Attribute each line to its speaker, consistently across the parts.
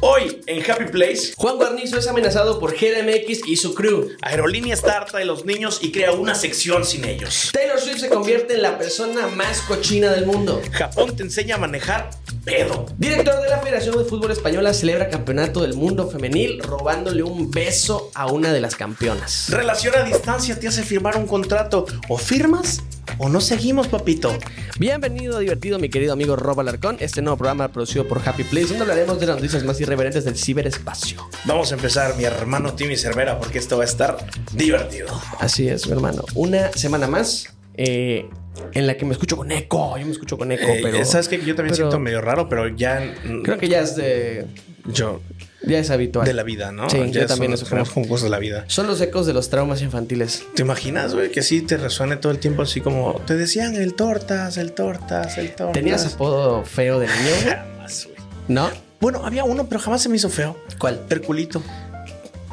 Speaker 1: Hoy en Happy Place,
Speaker 2: Juan Guarnizo es amenazado por GMX y su crew.
Speaker 1: Aerolínea Starta de los niños y crea una sección sin ellos.
Speaker 2: Taylor Swift se convierte en la persona más cochina del mundo.
Speaker 1: Japón te enseña a manejar pedo.
Speaker 2: Director de la Federación de Fútbol Española celebra campeonato del mundo femenil robándole un beso a una de las campeonas.
Speaker 1: Relación a distancia te hace firmar un contrato. O firmas o no seguimos, papito.
Speaker 2: Bienvenido, divertido, mi querido amigo Rob Alarcón, este nuevo programa producido por Happy Place, donde hablaremos de las noticias más irreverentes del ciberespacio.
Speaker 1: Vamos a empezar, mi hermano Timmy Cervera, porque esto va a estar divertido.
Speaker 2: Así es, mi hermano. Una semana más eh, en la que me escucho con eco. Yo me escucho con eco,
Speaker 1: Eh,
Speaker 2: pero.
Speaker 1: Sabes que yo también
Speaker 2: pero-
Speaker 1: siento medio raro, pero ya mm,
Speaker 2: Creo que ya es de.
Speaker 1: yo
Speaker 2: Ya es habitual.
Speaker 1: de la vida, ¿no?
Speaker 2: Sí,
Speaker 1: Ya
Speaker 2: yo también eso
Speaker 1: son,
Speaker 2: creo.
Speaker 1: los concursos de la vida.
Speaker 2: Son los ecos de los traumas infantiles.
Speaker 1: ¿Te imaginas, güey, que sí te resuene todo el tiempo así como te decían el tortas, el tortas, el tortas?
Speaker 2: ¿Tenías apodo feo de niño?
Speaker 1: Jamás, güey.
Speaker 2: ¿No?
Speaker 1: Bueno, había uno, pero jamás se me hizo feo.
Speaker 2: ¿Cuál?
Speaker 1: Herculito.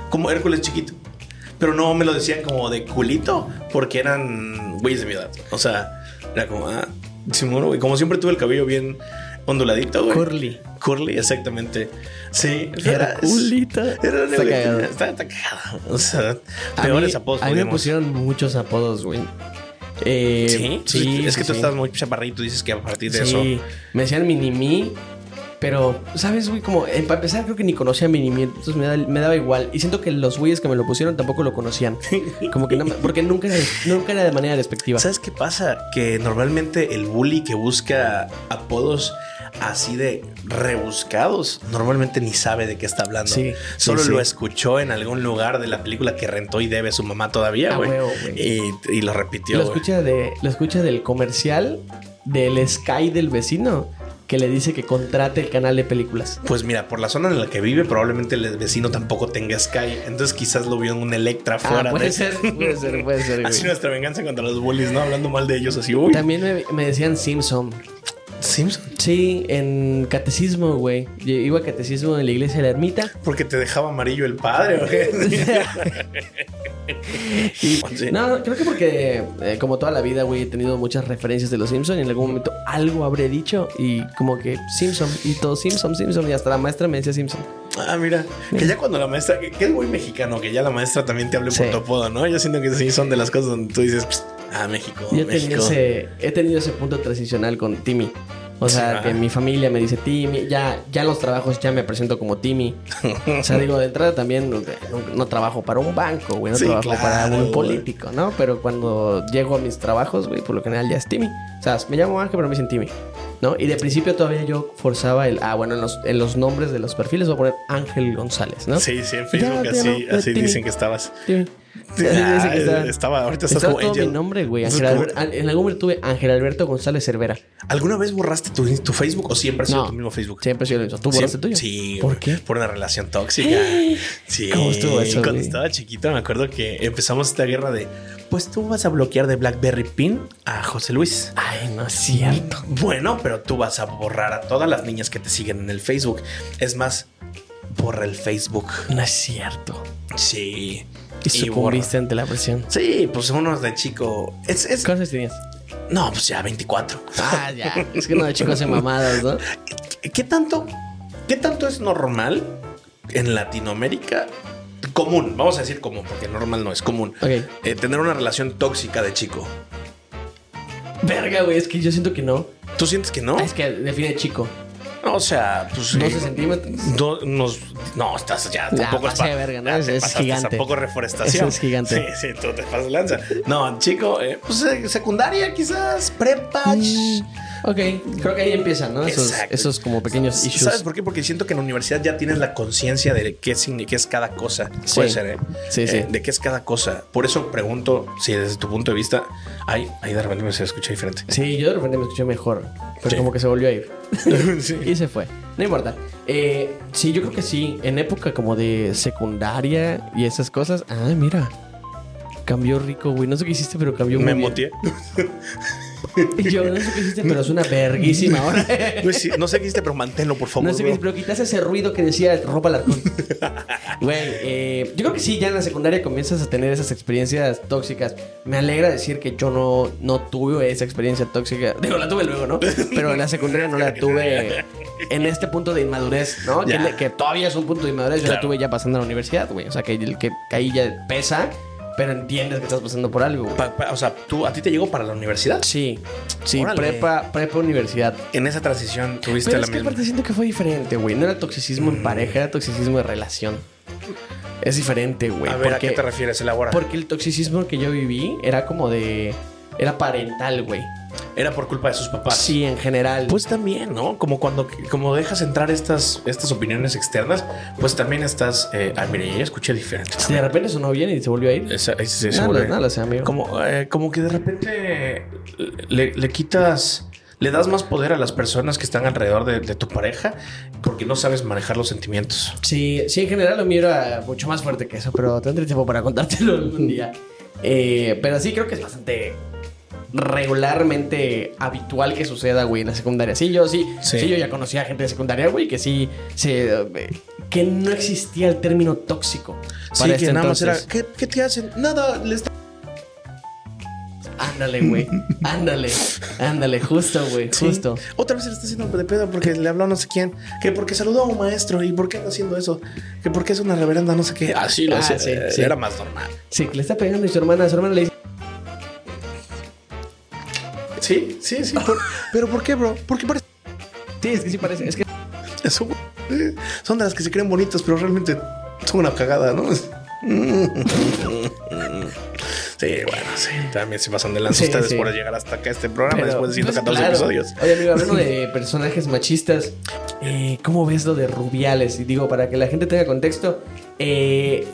Speaker 1: Como Hércules chiquito. Pero no me lo decían como de culito porque eran güeyes de mi edad. O sea, era como, ah, Simón, güey. Como siempre tuve el cabello bien onduladito, güey.
Speaker 2: Curly.
Speaker 1: Curly, exactamente. Sí,
Speaker 2: Culita.
Speaker 1: Era
Speaker 2: Está cagado.
Speaker 1: Está, está cagado. O sea,
Speaker 2: A
Speaker 1: peores
Speaker 2: mí-
Speaker 1: apodos.
Speaker 2: A mí me
Speaker 1: podríamos.
Speaker 2: pusieron muchos apodos, güey. Eh,
Speaker 1: Sí, sí, es que
Speaker 2: sí,
Speaker 1: tú
Speaker 2: sí.
Speaker 1: estabas muy chaparrito. Dices que a partir de eso.
Speaker 2: Sí, me decían Minimi, pero, ¿sabes, güey? Como, eh, para empezar, creo que ni conocía a Minimi, entonces me, da- me daba igual. Y siento que los güeyes que me lo pusieron tampoco lo conocían. Como que no, me- porque nunca era, nunca era de manera despectiva.
Speaker 1: ¿Sabes qué pasa? Que normalmente el bully que busca apodos así de rebuscados, normalmente ni sabe de qué está hablando.
Speaker 2: Sí,
Speaker 1: Solo
Speaker 2: sí, sí.
Speaker 1: lo escuchó en algún lugar de la película que rentó y debe su mamá todavía,
Speaker 2: A
Speaker 1: güey.
Speaker 2: huevo, güey.
Speaker 1: Y, y lo repitió.
Speaker 2: Lo
Speaker 1: güey.
Speaker 2: escucha, de, lo escucha del comercial del Sky del vecino que le dice que contrate el canal de películas.
Speaker 1: Pues mira, por la zona en la que vive, probablemente el vecino tampoco tenga Sky. Entonces quizás lo vio en un Electra fuera
Speaker 2: ah, puede
Speaker 1: de-
Speaker 2: ser, puede ser, puede ser.
Speaker 1: Así
Speaker 2: Güey.
Speaker 1: nuestra venganza contra los bullies, ¿no? Hablando mal de ellos así, uy.
Speaker 2: También me, me decían Simpson.
Speaker 1: Simpson.
Speaker 2: Sí, en catecismo, güey. Yo iba a catecismo en la iglesia de la ermita.
Speaker 1: Porque te dejaba amarillo el padre, güey. Sí.
Speaker 2: No, creo que porque, eh, como toda la vida, güey, he tenido muchas referencias de los Simpsons y en algún momento algo habré dicho y como que Simpson y todo Simpson, Simpson y hasta la maestra me decía Simpson.
Speaker 1: Ah, mira, que ya cuando la maestra, que, que es muy mexicano, que ya la maestra también te hable
Speaker 2: Sí.
Speaker 1: por tu apodo, ¿no? Yo siento que sí son de las cosas donde tú dices, "Psst, ah, México,
Speaker 2: Yo he tenido,
Speaker 1: México.
Speaker 2: ese, he tenido ese punto transicional con Timmy. O sea,
Speaker 1: Sí,
Speaker 2: que
Speaker 1: ajá.
Speaker 2: mi familia me dice Timmy, ya, ya en los trabajos ya me presento como Timmy. O sea, digo, de entrada también no, no trabajo para un banco, güey, no
Speaker 1: Sí,
Speaker 2: trabajo para
Speaker 1: claro,
Speaker 2: un
Speaker 1: güey.
Speaker 2: político, ¿no? Pero cuando llego a mis trabajos, güey, por lo general ya es Timmy. O sea, me llamo Ángel, pero me dicen Timmy, ¿no? Y de principio todavía yo forzaba el, ah, bueno, en los, en los nombres de los perfiles voy a poner Ángel González, ¿no?
Speaker 1: Sí, sí, en
Speaker 2: Ya,
Speaker 1: Facebook
Speaker 2: te
Speaker 1: así,
Speaker 2: llamo, eh,
Speaker 1: así
Speaker 2: Timmy.
Speaker 1: dicen que estabas.
Speaker 2: Timmy. Así
Speaker 1: Ah,
Speaker 2: dice que está-
Speaker 1: estaba, ahorita estás
Speaker 2: Estaba
Speaker 1: como
Speaker 2: todo
Speaker 1: Angel.
Speaker 2: mi nombre, güey.
Speaker 1: Estás
Speaker 2: Ángel
Speaker 1: como-
Speaker 2: Albert- en algún momento tuve Ángel Alberto González Cervera.
Speaker 1: ¿Alguna vez borraste tu, tu Facebook o siempre ha sido tu mismo Facebook?
Speaker 2: Siempre ha sido el mismo. ¿Tú
Speaker 1: Sí,
Speaker 2: borraste el tuyo?
Speaker 1: Sí.
Speaker 2: ¿Por qué?
Speaker 1: Por una relación tóxica. Sí.
Speaker 2: ¿Cómo estuvo eso,
Speaker 1: Cuando
Speaker 2: güey?
Speaker 1: estaba chiquito me acuerdo que empezamos esta guerra de, pues tú vas a bloquear de BlackBerry Pin a José Luis.
Speaker 2: Ay, no es cierto.
Speaker 1: Bueno, pero tú vas a borrar a todas las niñas que te siguen en el Facebook. Es más, borra el Facebook.
Speaker 2: No es cierto.
Speaker 1: Sí.
Speaker 2: Y
Speaker 1: borra.
Speaker 2: sucumbiste ante la presión.
Speaker 1: Sí, pues uno de chico. Es, es-
Speaker 2: ¿Cuántos años tenías?
Speaker 1: No, pues ya 24.
Speaker 2: Ah, ya. Es que no, de chicos hacen mamadas, ¿no?
Speaker 1: ¿Qué tanto? ¿Qué tanto es normal en Latinoamérica? Común, vamos a decir común, porque normal no es común.
Speaker 2: Ok.
Speaker 1: Eh, tener una relación tóxica de chico.
Speaker 2: Verga, güey. Es que yo siento que no.
Speaker 1: ¿Tú sientes que no?
Speaker 2: Ah, Es que define chico.
Speaker 1: O sea, pues.
Speaker 2: 12
Speaker 1: eh,
Speaker 2: centímetros.
Speaker 1: do- nos- no, estás ya.
Speaker 2: Ya,
Speaker 1: Tampoco es
Speaker 2: pasé
Speaker 1: pa-
Speaker 2: de verga, ¿no?
Speaker 1: ya Ah,
Speaker 2: Es-
Speaker 1: te
Speaker 2: es
Speaker 1: pasaste,
Speaker 2: gigante.
Speaker 1: Tampoco es reforestación.
Speaker 2: Eso es gigante.
Speaker 1: Sí, sí, tú te pasas lanza. No, chico, eh, pues eh, secundaria quizás,
Speaker 2: Mm,
Speaker 1: prepa. sh-
Speaker 2: Ok. Creo que ahí empiezan, ¿no? Esos,
Speaker 1: Exacto.
Speaker 2: esos como pequeños pues, issues.
Speaker 1: ¿Sabes por qué? Porque siento que en la universidad ya tienes la conciencia de qué, signi- qué es cada cosa.
Speaker 2: Sí.
Speaker 1: Puede ser, ¿eh?
Speaker 2: Sí, sí.
Speaker 1: Eh, de qué es cada cosa. Por eso pregunto si desde tu punto de vista, ay, ahí de repente se escucha diferente.
Speaker 2: Sí, yo de repente me escuché mejor. Pero
Speaker 1: Sí.
Speaker 2: como que se volvió a ir.
Speaker 1: Sí.
Speaker 2: Y se fue. No importa. Eh, sí, yo creo que sí. En época como de secundaria y esas cosas. Ah, mira. Cambió rico, güey. No sé qué hiciste, pero cambió muy
Speaker 1: Me
Speaker 2: bien.
Speaker 1: moteé.
Speaker 2: Y yo, no sé qué hiciste, pero es una verguísima ahora.
Speaker 1: No, es- no sé qué hiciste, pero manténlo, por favor.
Speaker 2: No sé qué,
Speaker 1: bro.
Speaker 2: pero quitas ese ruido que decía ropa Alarcón. Güey, eh, yo creo que sí, ya en la secundaria comienzas a tener esas experiencias tóxicas. Me alegra decir que yo no, no tuve esa experiencia tóxica. Digo, la tuve luego, ¿no? Pero en la secundaria no la tuve en este punto de inmadurez, ¿no? Que,
Speaker 1: Ya.
Speaker 2: le- que todavía es un punto de inmadurez. Yo la
Speaker 1: Claro.
Speaker 2: tuve ya pasando a la universidad, güey. O sea, que, el que, que ahí ya pesa, pero entiendes que estás pasando por algo. güey.
Speaker 1: Pa- pa- o sea, tú, a ti te llegó para la universidad.
Speaker 2: Sí, sí,
Speaker 1: Órale.
Speaker 2: prepa, prepa, universidad.
Speaker 1: En esa transición tuviste
Speaker 2: Pero
Speaker 1: la
Speaker 2: es que
Speaker 1: misma. Mm.
Speaker 2: aparte siento que fue diferente, güey. No era toxicismo en pareja, era toxicismo de relación. Es diferente, güey.
Speaker 1: a ver, ¿a
Speaker 2: porque-
Speaker 1: qué te refieres? Elabora.
Speaker 2: Porque el toxicismo que yo viví era como de... Era parental, güey.
Speaker 1: Era por culpa de sus papás.
Speaker 2: Sí, en general.
Speaker 1: Pues también, ¿no? Como cuando como dejas entrar estas, estas opiniones externas, pues también estás. Eh, ah, mire, ya escuché diferente.
Speaker 2: si de repente sonó bien y se volvió a ir.
Speaker 1: Esa- ese- ese-
Speaker 2: Nada,
Speaker 1: sobre-
Speaker 2: nada, sea, amigo.
Speaker 1: como, eh, como que de repente le, le quitas, le das más poder a las personas que están alrededor de, de tu pareja porque no sabes manejar los sentimientos.
Speaker 2: Sí, sí, en general lo mío era mucho más fuerte que eso, pero tendré tiempo para contártelo algún día. Eh, pero sí creo que es bastante regularmente habitual que suceda, güey, en la secundaria. Sí, yo sí, sí,
Speaker 1: Sí.
Speaker 2: yo ya conocía gente de secundaria, güey, que sí, se, eh, que no existía el término tóxico.
Speaker 1: Sí, que
Speaker 2: este
Speaker 1: nada más era,
Speaker 2: entonces.
Speaker 1: ¿qué, qué te hacen? Nada, le está-
Speaker 2: Ándale, güey, ándale, ándale, justo, güey,
Speaker 1: Sí.
Speaker 2: justo.
Speaker 1: Otra vez se le está haciendo de pedo porque le habló a no sé quién. Que porque saludó a un maestro y por qué anda haciendo eso. Que porque es una reverenda, no sé qué. Así
Speaker 2: lo
Speaker 1: Ah, lo
Speaker 2: hacía.
Speaker 1: hacía. Era más normal.
Speaker 2: Sí, que le está pegando y su hermana, su hermana le dice,
Speaker 1: Sí, sí, sí. por- pero ¿por qué, bro? Porque parece.
Speaker 2: sí, es que sí parece, es que
Speaker 1: Son, son de las que se creen bonitas, pero realmente son una cagada, ¿no? Sí, bueno, sí. También se pasan de lanza
Speaker 2: Sí,
Speaker 1: ustedes
Speaker 2: sí.
Speaker 1: por llegar hasta acá este programa
Speaker 2: Pero,
Speaker 1: después de
Speaker 2: pues,
Speaker 1: 114
Speaker 2: claro.
Speaker 1: episodios.
Speaker 2: Oye, amigo, hablando de personajes machistas, eh, ¿cómo ves lo de Rubiales? Y digo, para que la gente tenga contexto, eh,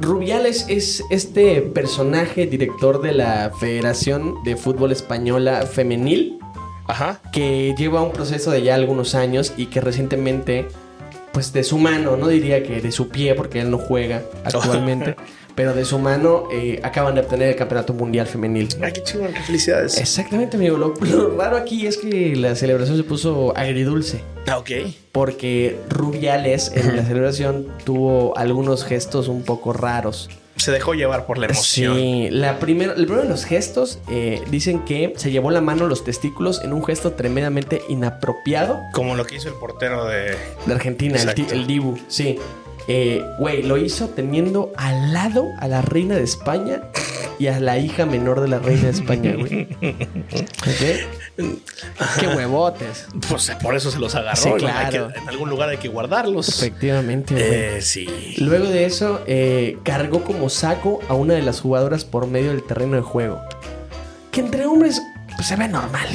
Speaker 2: Rubiales es este personaje director de la Federación de Fútbol Española Femenil
Speaker 1: Ajá.
Speaker 2: que lleva un proceso de ya algunos años y que recientemente, pues de su mano, no diría que de su pie, porque él no juega actualmente, pero de su mano eh, acaban de obtener el Campeonato Mundial Femenil.
Speaker 1: Ay, qué chingón, qué felicidades.
Speaker 2: Exactamente, amigo. Lo, lo raro aquí es que la celebración se puso agridulce.
Speaker 1: Ah, ok.
Speaker 2: Porque Rubiales en la celebración tuvo algunos gestos un poco raros.
Speaker 1: Se dejó llevar por la emoción.
Speaker 2: Sí, la primera, el primero de los gestos eh, dicen que se llevó la mano a los testículos en un gesto tremendamente inapropiado
Speaker 1: Como lo que hizo el portero de.
Speaker 2: de Argentina, el, ti-
Speaker 1: Exacto.
Speaker 2: el Dibu. Sí. Eh, Güey, lo hizo teniendo al lado a la reina de España y a la hija menor de la reina de España, güey. ¿Ok? Qué huevotes.
Speaker 1: Pues por eso se los agarró.
Speaker 2: Sí,
Speaker 1: ¿no? Hay
Speaker 2: claro.
Speaker 1: que- en algún lugar hay que guardarlos.
Speaker 2: Efectivamente, güey.
Speaker 1: Eh, sí.
Speaker 2: Luego de eso, eh, cargó como saco a una de las jugadoras por medio del terreno de juego. Que entre hombres pues, se ve normal.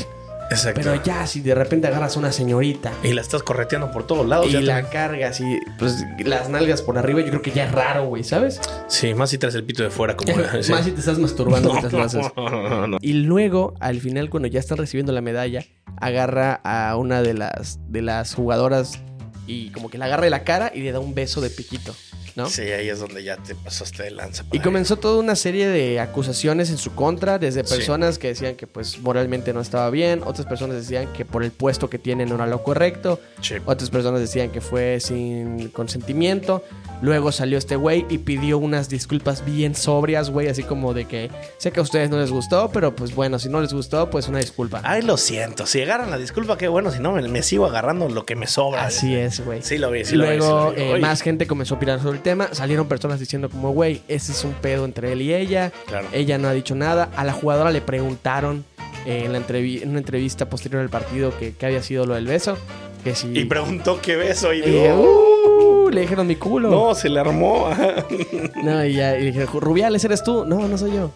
Speaker 1: Exacto.
Speaker 2: Pero ya, si de repente agarras a una señorita
Speaker 1: Y la estás correteando por todos lados.
Speaker 2: y
Speaker 1: ya te-
Speaker 2: la cargas y pues, las nalgas por arriba, yo creo que ya es raro, güey, ¿sabes?
Speaker 1: Sí, más si traes el pito de fuera, como. sí.
Speaker 2: Más si te estás masturbando mientras lo haces.
Speaker 1: no, no.
Speaker 2: Y luego, al final, cuando ya están recibiendo la medalla, agarra a una de las, de las jugadoras y como que la agarra de la cara y le da un beso de piquito, ¿no?
Speaker 1: Sí, ahí es donde ya te pasaste de lanza.
Speaker 2: Y
Speaker 1: padre.
Speaker 2: comenzó toda una serie de acusaciones en su contra, desde personas que decían que pues moralmente no estaba bien, otras personas decían que por el puesto que tiene no era lo correcto,
Speaker 1: Sí.
Speaker 2: otras personas decían que fue sin consentimiento. Luego salió este güey y pidió unas disculpas bien sobrias, güey, así como de que sé que a ustedes no les gustó, pero pues bueno, si no les gustó, pues una disculpa.
Speaker 1: Ay, lo siento. Si agarran la disculpa, qué bueno. Si no, me, me sigo agarrando lo que me sobra.
Speaker 2: Así es, güey.
Speaker 1: Sí, lo vi. Sí, lo
Speaker 2: Luego
Speaker 1: vi, sí lo vi.
Speaker 2: eh,
Speaker 1: Oye,
Speaker 2: más gente comenzó a opinar sobre el tema, salieron personas diciendo como, güey, ese es un pedo entre él y ella,
Speaker 1: Claro.
Speaker 2: Ella no ha dicho nada. A la jugadora le preguntaron eh, en, la entrevi- en una entrevista posterior al partido que, que había sido lo del beso. Que si.
Speaker 1: Y preguntó qué beso. Y
Speaker 2: Eh,
Speaker 1: digo,
Speaker 2: uh, le dijeron mi culo.
Speaker 1: no, se le armó. ajá.
Speaker 2: No, y ya y le dijeron, Rubiales, ¿eres tú? No, no soy yo.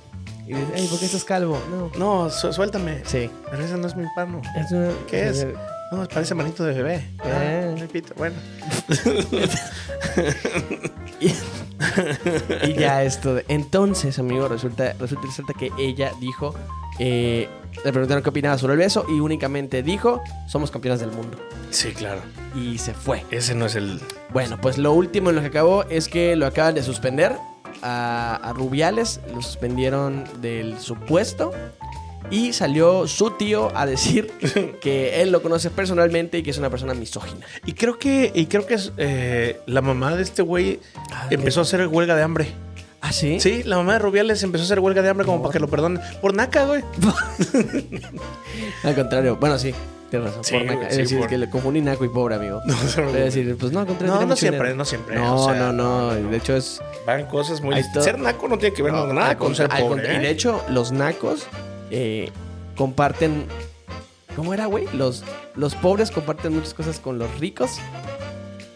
Speaker 2: Y dice, "Ey, ¿por qué estás calvo? No.
Speaker 1: No, su- suéltame.
Speaker 2: Sí.
Speaker 1: Pero ese no es mi pano.
Speaker 2: Es una-
Speaker 1: ¿Qué es? No, parece manito de bebé. Ah,
Speaker 2: Eh.
Speaker 1: mi pito. Bueno.
Speaker 2: Y ya esto. de- Entonces, amigo, resulta, resulta, resulta que ella dijo. eh, le preguntaron qué opinaba sobre el beso y únicamente dijo, somos campeonas del mundo.
Speaker 1: Sí, claro.
Speaker 2: Y se fue.
Speaker 1: Ese no es el.
Speaker 2: Bueno, pues lo último en lo que acabó es que lo acaban de suspender a, a Rubiales. Lo suspendieron del supuesto. Y salió su tío a decir que él lo conoce personalmente y que es una persona misógina.
Speaker 1: Y creo que, y creo que es, eh, la mamá de este güey
Speaker 2: Ah,
Speaker 1: empezó a hacer huelga de hambre.
Speaker 2: ¿Ah, sí?
Speaker 1: Sí, la mamá de Rubiales empezó a hacer huelga de hambre como para que lo perdonen. Por naca, güey.
Speaker 2: Al contrario. Bueno, sí. Tienes razón.
Speaker 1: Sí,
Speaker 2: por naca.
Speaker 1: güey,
Speaker 2: es
Speaker 1: sí,
Speaker 2: decir,
Speaker 1: por-
Speaker 2: que le confundí naco y pobre, amigo.
Speaker 1: No, se
Speaker 2: Es
Speaker 1: preocupe.
Speaker 2: decir, pues no, al contrario,
Speaker 1: No,
Speaker 2: tiene
Speaker 1: no
Speaker 2: mucho
Speaker 1: siempre,
Speaker 2: dinero.
Speaker 1: no siempre,
Speaker 2: No,
Speaker 1: o sea,
Speaker 2: no, no. De hecho es...
Speaker 1: Van cosas muy
Speaker 2: Ahí
Speaker 1: distintas.
Speaker 2: está.
Speaker 1: Ser naco no tiene que ver
Speaker 2: No,
Speaker 1: con nada
Speaker 2: al
Speaker 1: con ser
Speaker 2: contra- al
Speaker 1: pobre.
Speaker 2: contra- Y
Speaker 1: ¿eh?
Speaker 2: de hecho, los nacos eh, comparten. ¿Cómo era, güey? Los, los pobres comparten muchas cosas con los ricos,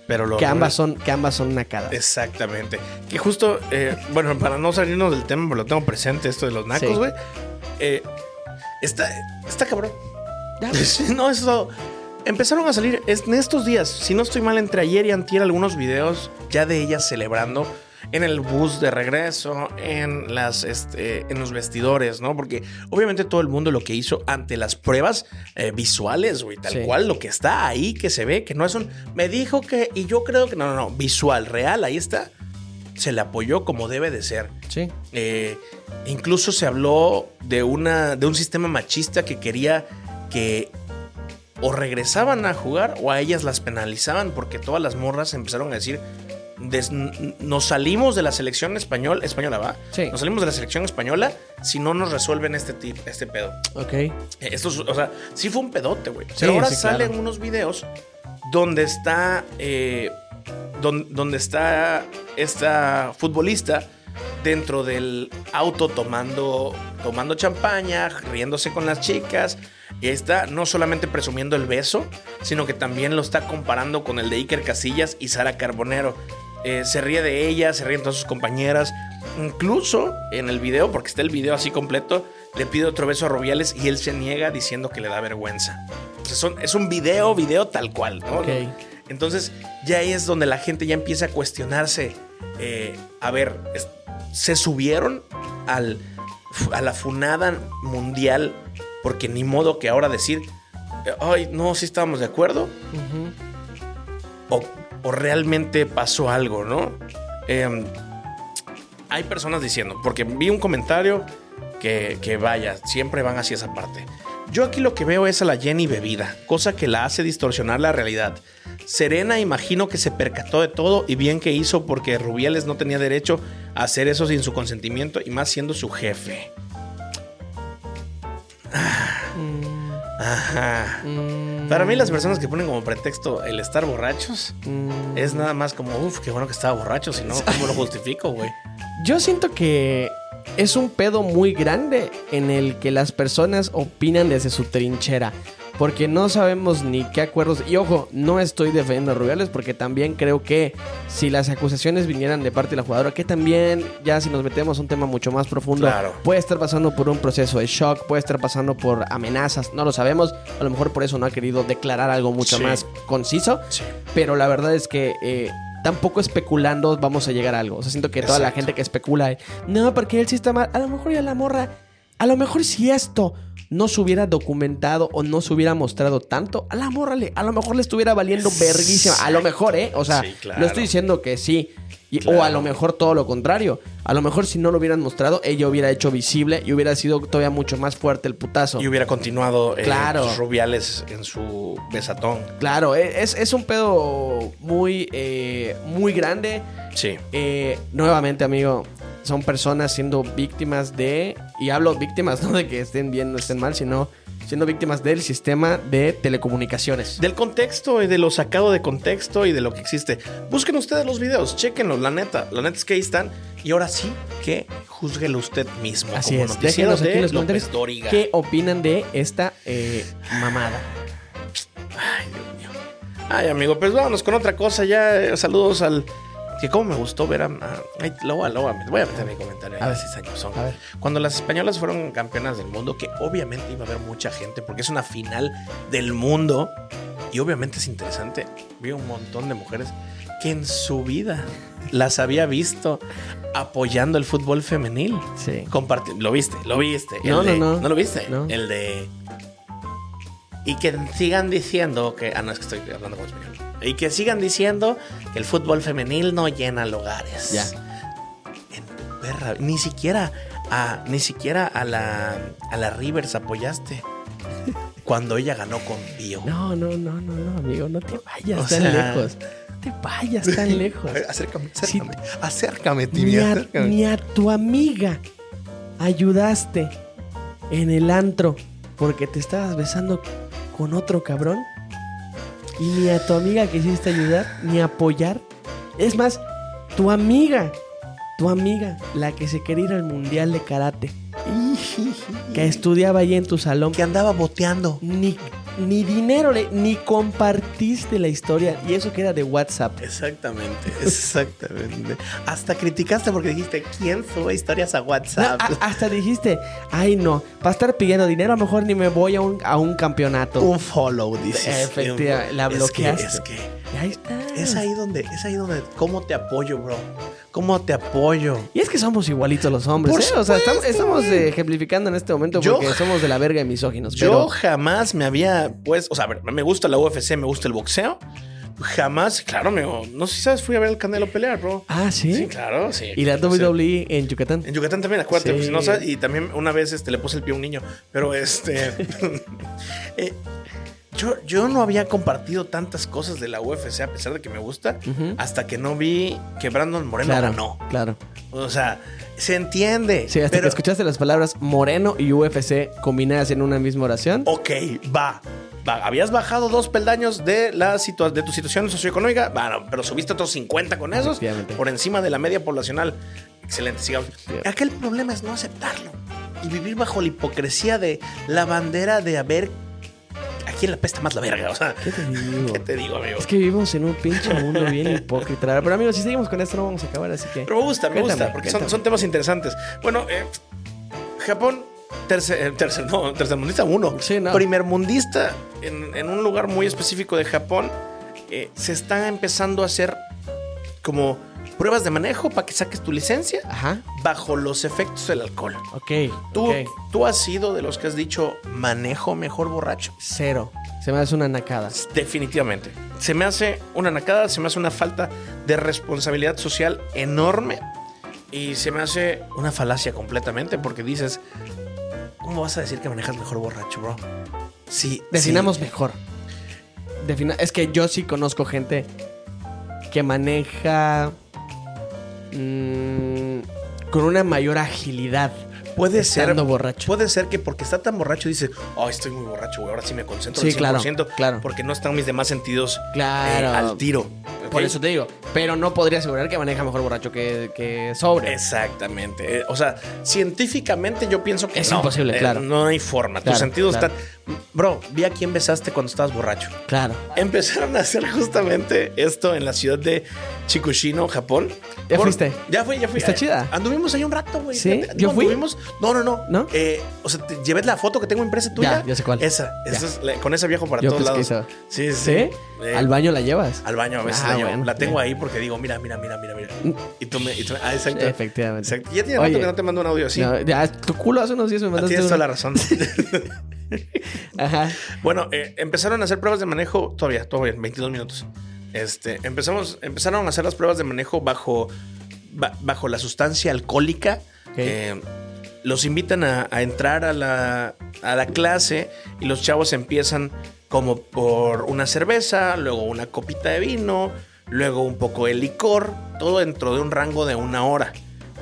Speaker 1: Pero lo-
Speaker 2: que ambas son, que ambas son nacadas.
Speaker 1: Exactamente. Que justo, eh, bueno, para no salirnos del tema, pero lo tengo presente esto de los
Speaker 2: Sí.
Speaker 1: nacos, güey. Eh, está, está cabrón.
Speaker 2: Ya.
Speaker 1: Sí, no, eso. Empezaron a salir es- en estos días, si no estoy mal, entre ayer y antier, algunos videos ya de ellas celebrando en el bus de regreso, en, las, este, en los vestidores, ¿no? Porque obviamente todo el mundo lo que hizo ante las pruebas eh, visuales, güey, tal
Speaker 2: Sí.
Speaker 1: cual, lo que está ahí, que se ve, que no es un... Me dijo que... Y yo creo que... No, no, no, visual, real, ahí está. Se le apoyó como debe de ser.
Speaker 2: Sí.
Speaker 1: Eh, incluso se habló de, una, de un sistema machista que quería que o regresaban a jugar o a ellas las penalizaban porque todas las morras empezaron a decir, "Des- n- nos salimos de la selección español, española, ¿va?
Speaker 2: Sí.
Speaker 1: Nos salimos de la selección española si no nos resuelven este, tip, este pedo.
Speaker 2: Ok.
Speaker 1: Eh, Esto, es- o sea, sí fue un pedote, güey. O sea,
Speaker 2: Sí,
Speaker 1: ahora
Speaker 2: sí, claro.
Speaker 1: salen unos videos donde está, eh, don- donde, está esta futbolista dentro del auto tomando, tomando champaña, riéndose con las chicas. Y ahí está no solamente presumiendo el beso, sino que también lo está comparando con el de Iker Casillas y Sara Carbonero. Eh, se ríe de ella, se ríen todas sus compañeras. Incluso en el video, porque está el video así completo, le pide otro beso a Rubiales y él se niega diciendo que le da vergüenza. O sea, son- es un video, video tal cual, ¿no?
Speaker 2: Ok.
Speaker 1: Entonces ya ahí es donde la gente ya empieza a cuestionarse. eh, a ver, es- se subieron al, a la funada mundial porque ni modo que ahora decir, eh, ay, no, sí estábamos de acuerdo
Speaker 2: Ujú.
Speaker 1: o, o realmente pasó algo, ¿no? Em, hay personas diciendo, porque vi un comentario que, que vaya, siempre van hacia esa parte. Yo aquí lo que veo es a la Jenny bebida, cosa que la hace distorsionar la realidad. Serena imagino que se percató de todo y bien que hizo porque Rubiales no tenía derecho a hacer eso sin su consentimiento y más siendo su jefe.
Speaker 2: Mm,
Speaker 1: Ajá.
Speaker 2: mm,
Speaker 1: Para mí las personas que ponen como pretexto el estar borrachos
Speaker 2: mm.
Speaker 1: Es nada más como, uff, qué bueno que estaba borracho, si no, ¿cómo lo justifico, güey?
Speaker 2: Yo siento que es un pedo muy grande en el que las personas opinan desde su trinchera. Porque no sabemos ni qué acuerdos. Y ojo, no estoy defendiendo a Rubiales porque también creo que si las acusaciones vinieran de parte de la jugadora, que también ya si nos metemos a un tema mucho más profundo,
Speaker 1: Claro.
Speaker 2: puede estar pasando por un proceso de shock, puede estar pasando por amenazas, no lo sabemos. A lo mejor por eso no ha querido declarar algo mucho
Speaker 1: Sí.
Speaker 2: más conciso.
Speaker 1: Sí.
Speaker 2: Pero la verdad es que eh, tampoco especulando vamos a llegar a algo. O sea, siento que toda la
Speaker 1: Exacto.
Speaker 2: gente que especula, eh, no, porque él sí está mal. A lo mejor ya la morra, a lo mejor si esto no se hubiera documentado o no se hubiera mostrado tanto, a la morra le, a lo mejor le estuviera valiendo verguísima. A lo mejor, ¿eh? O sea,
Speaker 1: Sí, claro.
Speaker 2: no estoy diciendo que sí. Y- O a
Speaker 1: Claro.
Speaker 2: lo mejor todo lo contrario. A lo mejor si no lo hubieran mostrado, ella hubiera hecho visible y hubiera sido todavía mucho más fuerte el putazo.
Speaker 1: Y hubiera continuado eh,
Speaker 2: Claro.
Speaker 1: sus Rubiales en su besatón.
Speaker 2: Claro, e- es, es un pedo muy, eh, muy grande.
Speaker 1: Sí.
Speaker 2: Eh, nuevamente, amigo, son personas siendo víctimas de. Y hablo víctimas, no de que estén bien o estén mal, sino siendo víctimas del sistema de telecomunicaciones.
Speaker 1: Del contexto y de lo sacado de contexto y de lo que existe. Busquen ustedes los videos, chequenlos, la neta. La neta es que ahí están. Y ahora sí que juzguelo usted mismo.
Speaker 2: Así
Speaker 1: como
Speaker 2: es.
Speaker 1: noticiero
Speaker 2: Déjenos aquí en
Speaker 1: de
Speaker 2: los
Speaker 1: López
Speaker 2: comentarios
Speaker 1: Dóriga.
Speaker 2: qué opinan de esta eh, mamada.
Speaker 1: Ay, Dios mío. Ay, amigo, pues vámonos con otra cosa ya. eh, Saludos al. Que como me gustó ver a. a- ay, lo voy a, lo voy a- voy a meter mi comentario. ahí,
Speaker 2: A ver.
Speaker 1: si saco son.
Speaker 2: A ver.
Speaker 1: Cuando las españolas fueron campeonas del mundo, que obviamente iba a haber mucha gente, porque es una final del mundo. Y obviamente es interesante. Vi un montón de mujeres que en su vida las había visto apoyando el fútbol femenil.
Speaker 2: Sí.
Speaker 1: Comparti- lo viste, lo viste. El
Speaker 2: No, no,
Speaker 1: de-
Speaker 2: no.
Speaker 1: lo viste?
Speaker 2: No.
Speaker 1: El de. Y que sigan diciendo que. Ah, no, es que estoy hablando como español. Y que sigan diciendo que el fútbol femenil no llena lugares.
Speaker 2: Ya.
Speaker 1: En tu perra. Ni siquiera
Speaker 3: Ah, ni siquiera a la, a la Rivers apoyaste. Cuando ella ganó con Pío.
Speaker 2: No, no, no, no, no, amigo, no te vayas
Speaker 3: O
Speaker 2: tan
Speaker 3: sea-
Speaker 2: lejos. No te vayas tan lejos.
Speaker 1: Acércame,
Speaker 2: Sí.
Speaker 1: acércame. Acércame,
Speaker 2: Ni
Speaker 1: Timmy,
Speaker 2: a,
Speaker 1: acércame.
Speaker 2: ni a tu amiga ayudaste en el antro porque te estabas besando con otro cabrón. Y ni a tu amiga quisiste ayudar, ni apoyar. Es más, tu amiga, tu amiga, la que se quería ir al mundial de karate, que estudiaba ahí en tu salón,
Speaker 1: Que andaba boteando.
Speaker 2: ni, ni dinero, le- ni compartiste la historia. Y eso que era de WhatsApp.
Speaker 3: Exactamente, exactamente. Hasta criticaste porque dijiste, ¿quién sube historias a
Speaker 2: No,
Speaker 3: WhatsApp?
Speaker 2: a- hasta dijiste, ay no, para estar pidiendo dinero, a lo mejor ni me voy a un, a un campeonato.
Speaker 3: un follow, dices.
Speaker 2: Eh, Efectivamente, la
Speaker 3: Es que-
Speaker 2: bloqueaste.
Speaker 3: Es que,
Speaker 2: Y ahí está.
Speaker 3: es ahí donde, es ahí donde, ¿cómo te apoyo, bro? ¿Cómo te apoyo?
Speaker 2: Y es que somos igualitos los hombres,
Speaker 3: Por
Speaker 2: ¿eh? O sea,
Speaker 3: supuesto,
Speaker 2: estamos, estamos,
Speaker 3: güey.
Speaker 2: eh, ejemplificando en este momento
Speaker 3: Yo-
Speaker 2: porque somos de la verga de misóginos.
Speaker 3: Yo
Speaker 2: pero-
Speaker 3: jamás me había, pues, o sea, a ver, me gusta la UFC, me gusta el boxeo. Jamás, claro, me, no sé si sabes, fui a ver al Canelo pelear, bro.
Speaker 2: Ah, ¿sí?
Speaker 3: claro, sí.
Speaker 2: Y la
Speaker 3: claro, sí.
Speaker 2: WWE en Yucatán.
Speaker 3: En Yucatán también, acuérdate,
Speaker 2: Sí.
Speaker 3: pues, no sabes, y también una vez este, le puse el pie a un niño, pero este... eh, yo, yo no había compartido tantas cosas de la UFC, a pesar de que me gusta,
Speaker 2: Ujú.
Speaker 3: hasta que no vi que Brandon Moreno
Speaker 2: Claro,
Speaker 3: ganó.
Speaker 2: claro.
Speaker 3: O sea, se entiende.
Speaker 2: Sí, hasta
Speaker 3: pero,
Speaker 2: que escuchaste las palabras moreno y UFC combinadas en una misma oración.
Speaker 3: Ok, va. va. Habías bajado dos peldaños de, la situa- de tu situación socioeconómica, bueno, pero subiste otros 50 con esos
Speaker 2: Efectivamente.
Speaker 3: por encima de la media poblacional. Excelente, sigamos.
Speaker 2: Efectivamente.
Speaker 3: Aquel problema es no aceptarlo y vivir bajo la hipocresía de la bandera de haber. ¿A quién le pesta más la verga? O sea,
Speaker 2: ¿Qué te digo?
Speaker 3: ¿qué te digo, amigo?
Speaker 2: Es que vivimos en un pinche mundo bien hipócrita. la verdad. Pero amigos, si seguimos con esto no vamos a acabar, así que...
Speaker 3: Pero me gusta, me gusta,
Speaker 2: Cuéntame,
Speaker 3: porque son,
Speaker 2: cuéntame.
Speaker 3: son temas interesantes. Bueno, eh, Japón, tercer, eh, tercer, no, tercermundista uno.
Speaker 2: Sí, no.
Speaker 3: Primermundista, en, en un lugar muy específico de Japón, eh, se están empezando a hacer como pruebas de manejo para que saques tu licencia
Speaker 2: Ajá.
Speaker 3: bajo los efectos del alcohol.
Speaker 2: Ok.
Speaker 3: Tú,
Speaker 2: ok.
Speaker 3: tú has sido de los que has dicho manejo mejor borracho.
Speaker 2: Cero. Se me hace una nacada.
Speaker 3: Definitivamente. Se me hace una nacada, se me hace una falta de responsabilidad social enorme y se me hace una falacia completamente porque dices, ¿cómo vas a decir que manejas mejor borracho, bro? Sí,
Speaker 2: Definamos mejor. Defina- es que yo sí conozco gente que maneja mm, con una mayor agilidad.
Speaker 3: puede ser
Speaker 2: estando borracho.
Speaker 3: Puede ser que porque está tan borracho dice, "Ay, estoy muy borracho, güey, ahora sí me concentro
Speaker 2: Sí,
Speaker 3: al
Speaker 2: claro,
Speaker 3: 100%",
Speaker 2: claro.
Speaker 3: porque no están mis demás sentidos
Speaker 2: Claro.
Speaker 3: eh, al tiro.
Speaker 2: Por
Speaker 3: ¿ok?
Speaker 2: eso te digo. Pero no podría asegurar que maneja mejor borracho que, que sobre.
Speaker 3: Exactamente. Eh, O sea, científicamente yo pienso que
Speaker 2: Es
Speaker 3: no. eh,
Speaker 2: imposible, claro.
Speaker 3: No hay forma.
Speaker 2: Claro,
Speaker 3: Tus sentidos
Speaker 2: claro.
Speaker 3: están. Bro, vi a quién besaste cuando estabas borracho.
Speaker 2: Claro.
Speaker 3: Empezaron a hacer justamente esto en la ciudad de Chikushino, Japón.
Speaker 2: ¿Ya fuiste?
Speaker 3: Ya fui, ya fui.
Speaker 2: Está
Speaker 3: Eh,
Speaker 2: chida.
Speaker 3: Anduvimos ahí un rato, güey.
Speaker 2: ¿Sí?
Speaker 3: No,
Speaker 2: ¿Yo fui?
Speaker 3: anduvimos- No, no, no.
Speaker 2: ¿No?
Speaker 3: Eh, o sea, te llevé la foto que tengo impresa tuya.
Speaker 2: Ya, ya sé cuál.
Speaker 3: Esa. esa
Speaker 2: Ya.
Speaker 3: es la- con esa viajo para
Speaker 2: Yo
Speaker 3: todos
Speaker 2: creo que
Speaker 3: lados. Sí, sí.
Speaker 2: ¿Sí?
Speaker 3: Eh,
Speaker 2: Al baño la llevas.
Speaker 3: al baño a veces
Speaker 2: Ah,
Speaker 3: la, llevo.
Speaker 2: bueno, Mm.
Speaker 3: La tengo
Speaker 2: bien.
Speaker 3: ahí porque digo, mira, mira, mira, mira, mira. Y tú me. y tú me- ah, exacto.
Speaker 2: Efectivamente.
Speaker 3: Exacto. Ya tiene
Speaker 2: Oye,
Speaker 3: rato que no te mando un audio así.
Speaker 2: no, ya, tu culo hace unos días me mandaste.
Speaker 3: Tienes toda
Speaker 2: una-
Speaker 3: la razón.
Speaker 2: Ajá.
Speaker 3: bueno, eh, empezaron a hacer pruebas de manejo todavía, todavía, 22 minutos. Este, empezamos, empezaron a hacer las pruebas de manejo bajo, ba- bajo la sustancia alcohólica.
Speaker 2: Ok.
Speaker 3: Eh, los invitan a, a entrar a la, a la clase y los chavos empiezan como por una cerveza, luego una copita de vino, luego un poco de licor, todo dentro de un rango de una hora.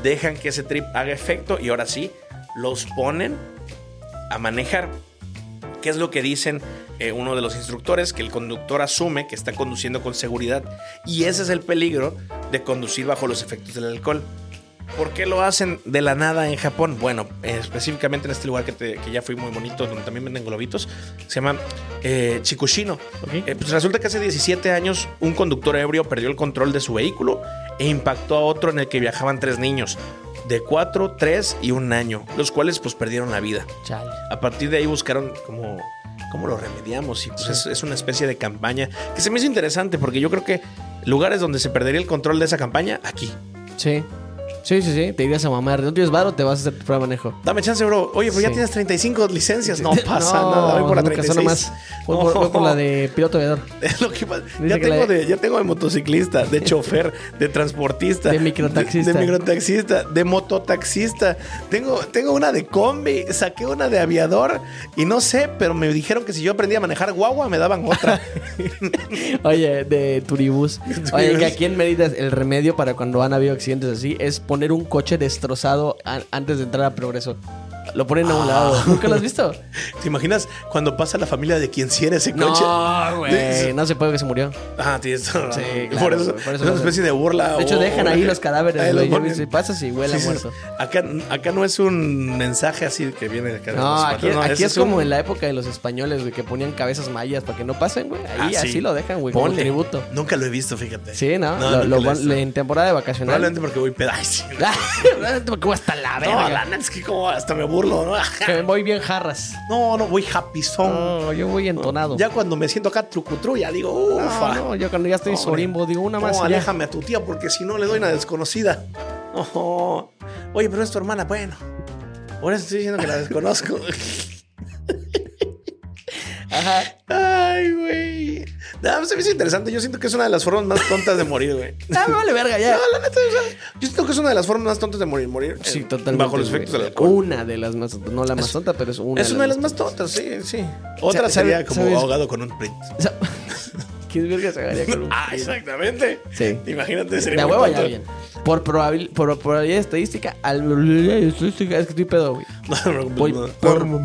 Speaker 3: Dejan que ese trip haga efecto y ahora sí, los ponen a manejar. ¿Qué es lo que dicen eh, uno de los instructores? Que el conductor asume que está conduciendo con seguridad. Y ese es el peligro de conducir bajo los efectos del alcohol. ¿Por qué lo hacen de la nada en Japón? Bueno, eh, específicamente en este lugar que, te- que ya fui muy bonito, donde también venden globitos, se llama eh, Chikushino.
Speaker 2: Ok.
Speaker 3: Eh, pues resulta que hace 17 años un conductor ebrio perdió el control de su vehículo e impactó a otro en el que viajaban tres niños, de 4, 3 y un año, los cuales pues perdieron la vida.
Speaker 2: Chale.
Speaker 3: A partir de ahí buscaron como cómo lo remediamos y pues es, es una especie de campaña que se me hizo interesante porque yo creo que lugares donde se perdería el control de esa campaña, aquí.
Speaker 2: Sí. Sí, sí, sí. Te irías a mamar. No tienes varo, te vas a hacer tu prueba de manejo.
Speaker 3: Dame chance, bro. Oye, pero ya
Speaker 2: Sí.
Speaker 3: tienes 35 licencias. Ah, No pasa
Speaker 2: No,
Speaker 3: nada. Voy por la
Speaker 2: nunca,
Speaker 3: 36.
Speaker 2: solo más. Voy, por, voy por la de piloto aviador.
Speaker 3: Es lo que pasa. Ya
Speaker 2: Dice que la
Speaker 3: tengo,
Speaker 2: de-
Speaker 3: de, ya tengo de motociclista, de chofer, de transportista,
Speaker 2: De microtaxista.
Speaker 3: de, de microtaxista, de mototaxista. Tengo, tengo una de combi, saqué una de aviador y no sé, pero me dijeron que si yo aprendía a manejar guagua me daban otra.
Speaker 2: Oye, de turibús. Oye,
Speaker 3: Turibús.
Speaker 2: que aquí en Mérida el remedio para cuando han habido accidentes así es poner un coche destrozado a- antes de entrar a Progreso. Lo ponen a
Speaker 3: Ah.
Speaker 2: un lado. ¿Nunca lo has visto?
Speaker 3: ¿Te imaginas cuando pasa la familia de quien cierra ese coche?
Speaker 2: güey. No se puede que se murió.
Speaker 3: Ah, tienes toda la
Speaker 2: Sí,
Speaker 3: razón.
Speaker 2: claro,
Speaker 3: por, eso,
Speaker 2: por eso
Speaker 3: es
Speaker 2: lo
Speaker 3: una
Speaker 2: hacen.
Speaker 3: especie de burla.
Speaker 2: De hecho,
Speaker 3: o-
Speaker 2: dejan ahí los
Speaker 3: Ah, Ahí
Speaker 2: cadáveres,
Speaker 3: los
Speaker 2: güey. Yo
Speaker 3: ponen.
Speaker 2: Si pasas y huele
Speaker 3: Sí,
Speaker 2: a
Speaker 3: sí, sí.
Speaker 2: muerto.
Speaker 3: Acá, acá no es un mensaje así que viene de acá de los
Speaker 2: No, aquí,
Speaker 3: patrones, no,
Speaker 2: aquí
Speaker 3: ese
Speaker 2: es como
Speaker 3: un-
Speaker 2: en la época de los españoles, güey, que ponían cabezas mayas para que no pasen, güey. Ahí
Speaker 3: Ah, sí.
Speaker 2: así lo dejan, güey, como
Speaker 3: Ponle.
Speaker 2: tributo.
Speaker 3: Nunca lo he visto, fíjate.
Speaker 2: Sí, ¿no? Lo-
Speaker 3: No,
Speaker 2: lo
Speaker 3: nunca lo
Speaker 2: van-
Speaker 3: he visto.
Speaker 2: en temporada de vacacional.
Speaker 3: Probablemente porque voy peda. Ay, sí.
Speaker 2: Probablemente porque voy hasta la
Speaker 3: No, la
Speaker 2: verga.
Speaker 3: neta es que como hasta me burlo, ¿no?
Speaker 2: Que me voy bien jarras.
Speaker 3: No, no, voy happy song.
Speaker 2: No, yo voy entonado.
Speaker 3: Ya cuando me siento acá trucutru, ya digo, ufa.
Speaker 2: no, no, yo cuando ya estoy
Speaker 3: Hombre.
Speaker 2: sorimbo, digo una más.
Speaker 3: No,
Speaker 2: y ya.
Speaker 3: aléjame a tu tía porque si no le doy una desconocida. Ojo. Oye, pero es tu hermana. Bueno, por eso estoy diciendo que la desconozco.
Speaker 2: Ajá.
Speaker 3: Ay, güey. Nada, se me hizo interesante. Yo siento que es una de las formas más tontas de morir, güey.
Speaker 2: Ah, me vale verga ya.
Speaker 3: No, la neta, o sea, yo siento que es una de las formas más tontas de morir. Morir
Speaker 2: Sí,
Speaker 3: eh,
Speaker 2: totalmente.
Speaker 3: bajo los
Speaker 2: güey.
Speaker 3: efectos del alcohol.
Speaker 2: Una de las más no la más tonta, pero es una.
Speaker 3: es una de las más tontas, sí, sí.
Speaker 2: Sa-
Speaker 3: Otra
Speaker 2: sabe-
Speaker 3: sería como
Speaker 2: sabes-
Speaker 3: ahogado con un print.
Speaker 2: O sea, ¿Qué verga se agarraría con un
Speaker 3: Ah, exactamente.
Speaker 2: Sí.
Speaker 3: Imagínate, sería
Speaker 2: La
Speaker 3: muy
Speaker 2: huevo ya
Speaker 3: tonto.
Speaker 2: bien. Por, probabil- por probabilidad estadística, al estadística, es que estoy pedo, güey.
Speaker 3: No,
Speaker 2: Voy
Speaker 3: no, no.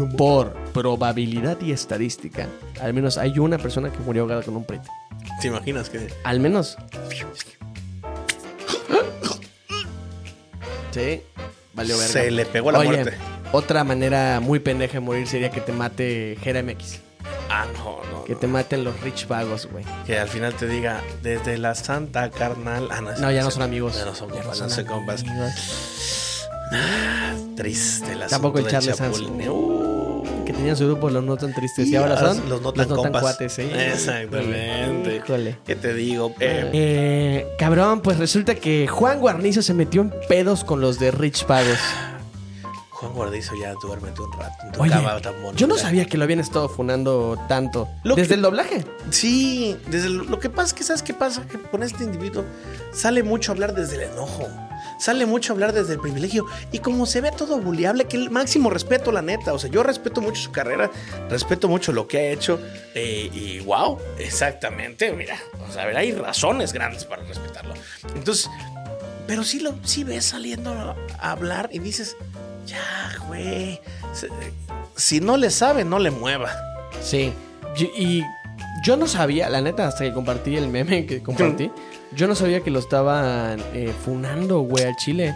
Speaker 2: por, por probabilidad y estadística. Al menos hay una persona que murió ahogada con un prete.
Speaker 3: ¿Te imaginas que
Speaker 2: Al menos. Sí, valió verga.
Speaker 3: se le pegó la
Speaker 2: Oye,
Speaker 3: muerte?
Speaker 2: Otra manera muy pendeja de morir sería que te mate X.
Speaker 3: Ah, no, no.
Speaker 2: Que
Speaker 3: no.
Speaker 2: te maten los rich vagos, güey.
Speaker 3: Que al final te diga, desde la santa carnal. Ah,
Speaker 2: No, ya no
Speaker 3: sí.
Speaker 2: son amigos.
Speaker 3: Ya no son
Speaker 2: Ya no
Speaker 3: compas,
Speaker 2: son
Speaker 3: no son compas. Ah,
Speaker 2: amigos.
Speaker 3: Triste la
Speaker 2: Tampoco el Charles Manson. Que tenían su grupo, los no tan tristes. Y ahora son
Speaker 3: los notan compas.
Speaker 2: cuates, ¿eh?
Speaker 3: Exactamente.
Speaker 2: Híjole.
Speaker 3: ¿Qué te digo? Eh,
Speaker 2: Eh, cabrón, pues resulta que Juan Guarnizo se metió en pedos con los de Rich Pagos.
Speaker 3: Juan Guardizo ya duérmete un rato. en tu
Speaker 2: Oye,
Speaker 3: cama tan bonita.
Speaker 2: yo no sabía que lo habían estado funando tanto.
Speaker 3: Lo
Speaker 2: Desde
Speaker 3: que-
Speaker 2: el doblaje.
Speaker 3: Sí, desde lo, lo que pasa es que, ¿sabes qué pasa? Que con este individuo sale mucho hablar desde el enojo, sale mucho hablar desde el privilegio. Y como se ve todo buleable, que el máximo respeto, la neta. O sea, yo respeto mucho su carrera, respeto mucho lo que ha hecho. eh, y wow, exactamente. Mira, o sea, a ver, hay razones grandes para respetarlo. Entonces, pero sí lo sí ves saliendo a hablar y dices, ya, güey, se- si no le sabe, no le mueva.
Speaker 2: Sí. Y, y yo no sabía, la neta, hasta que compartí el meme que compartí, yo no sabía que lo estaban eh, funando, güey, al Chile.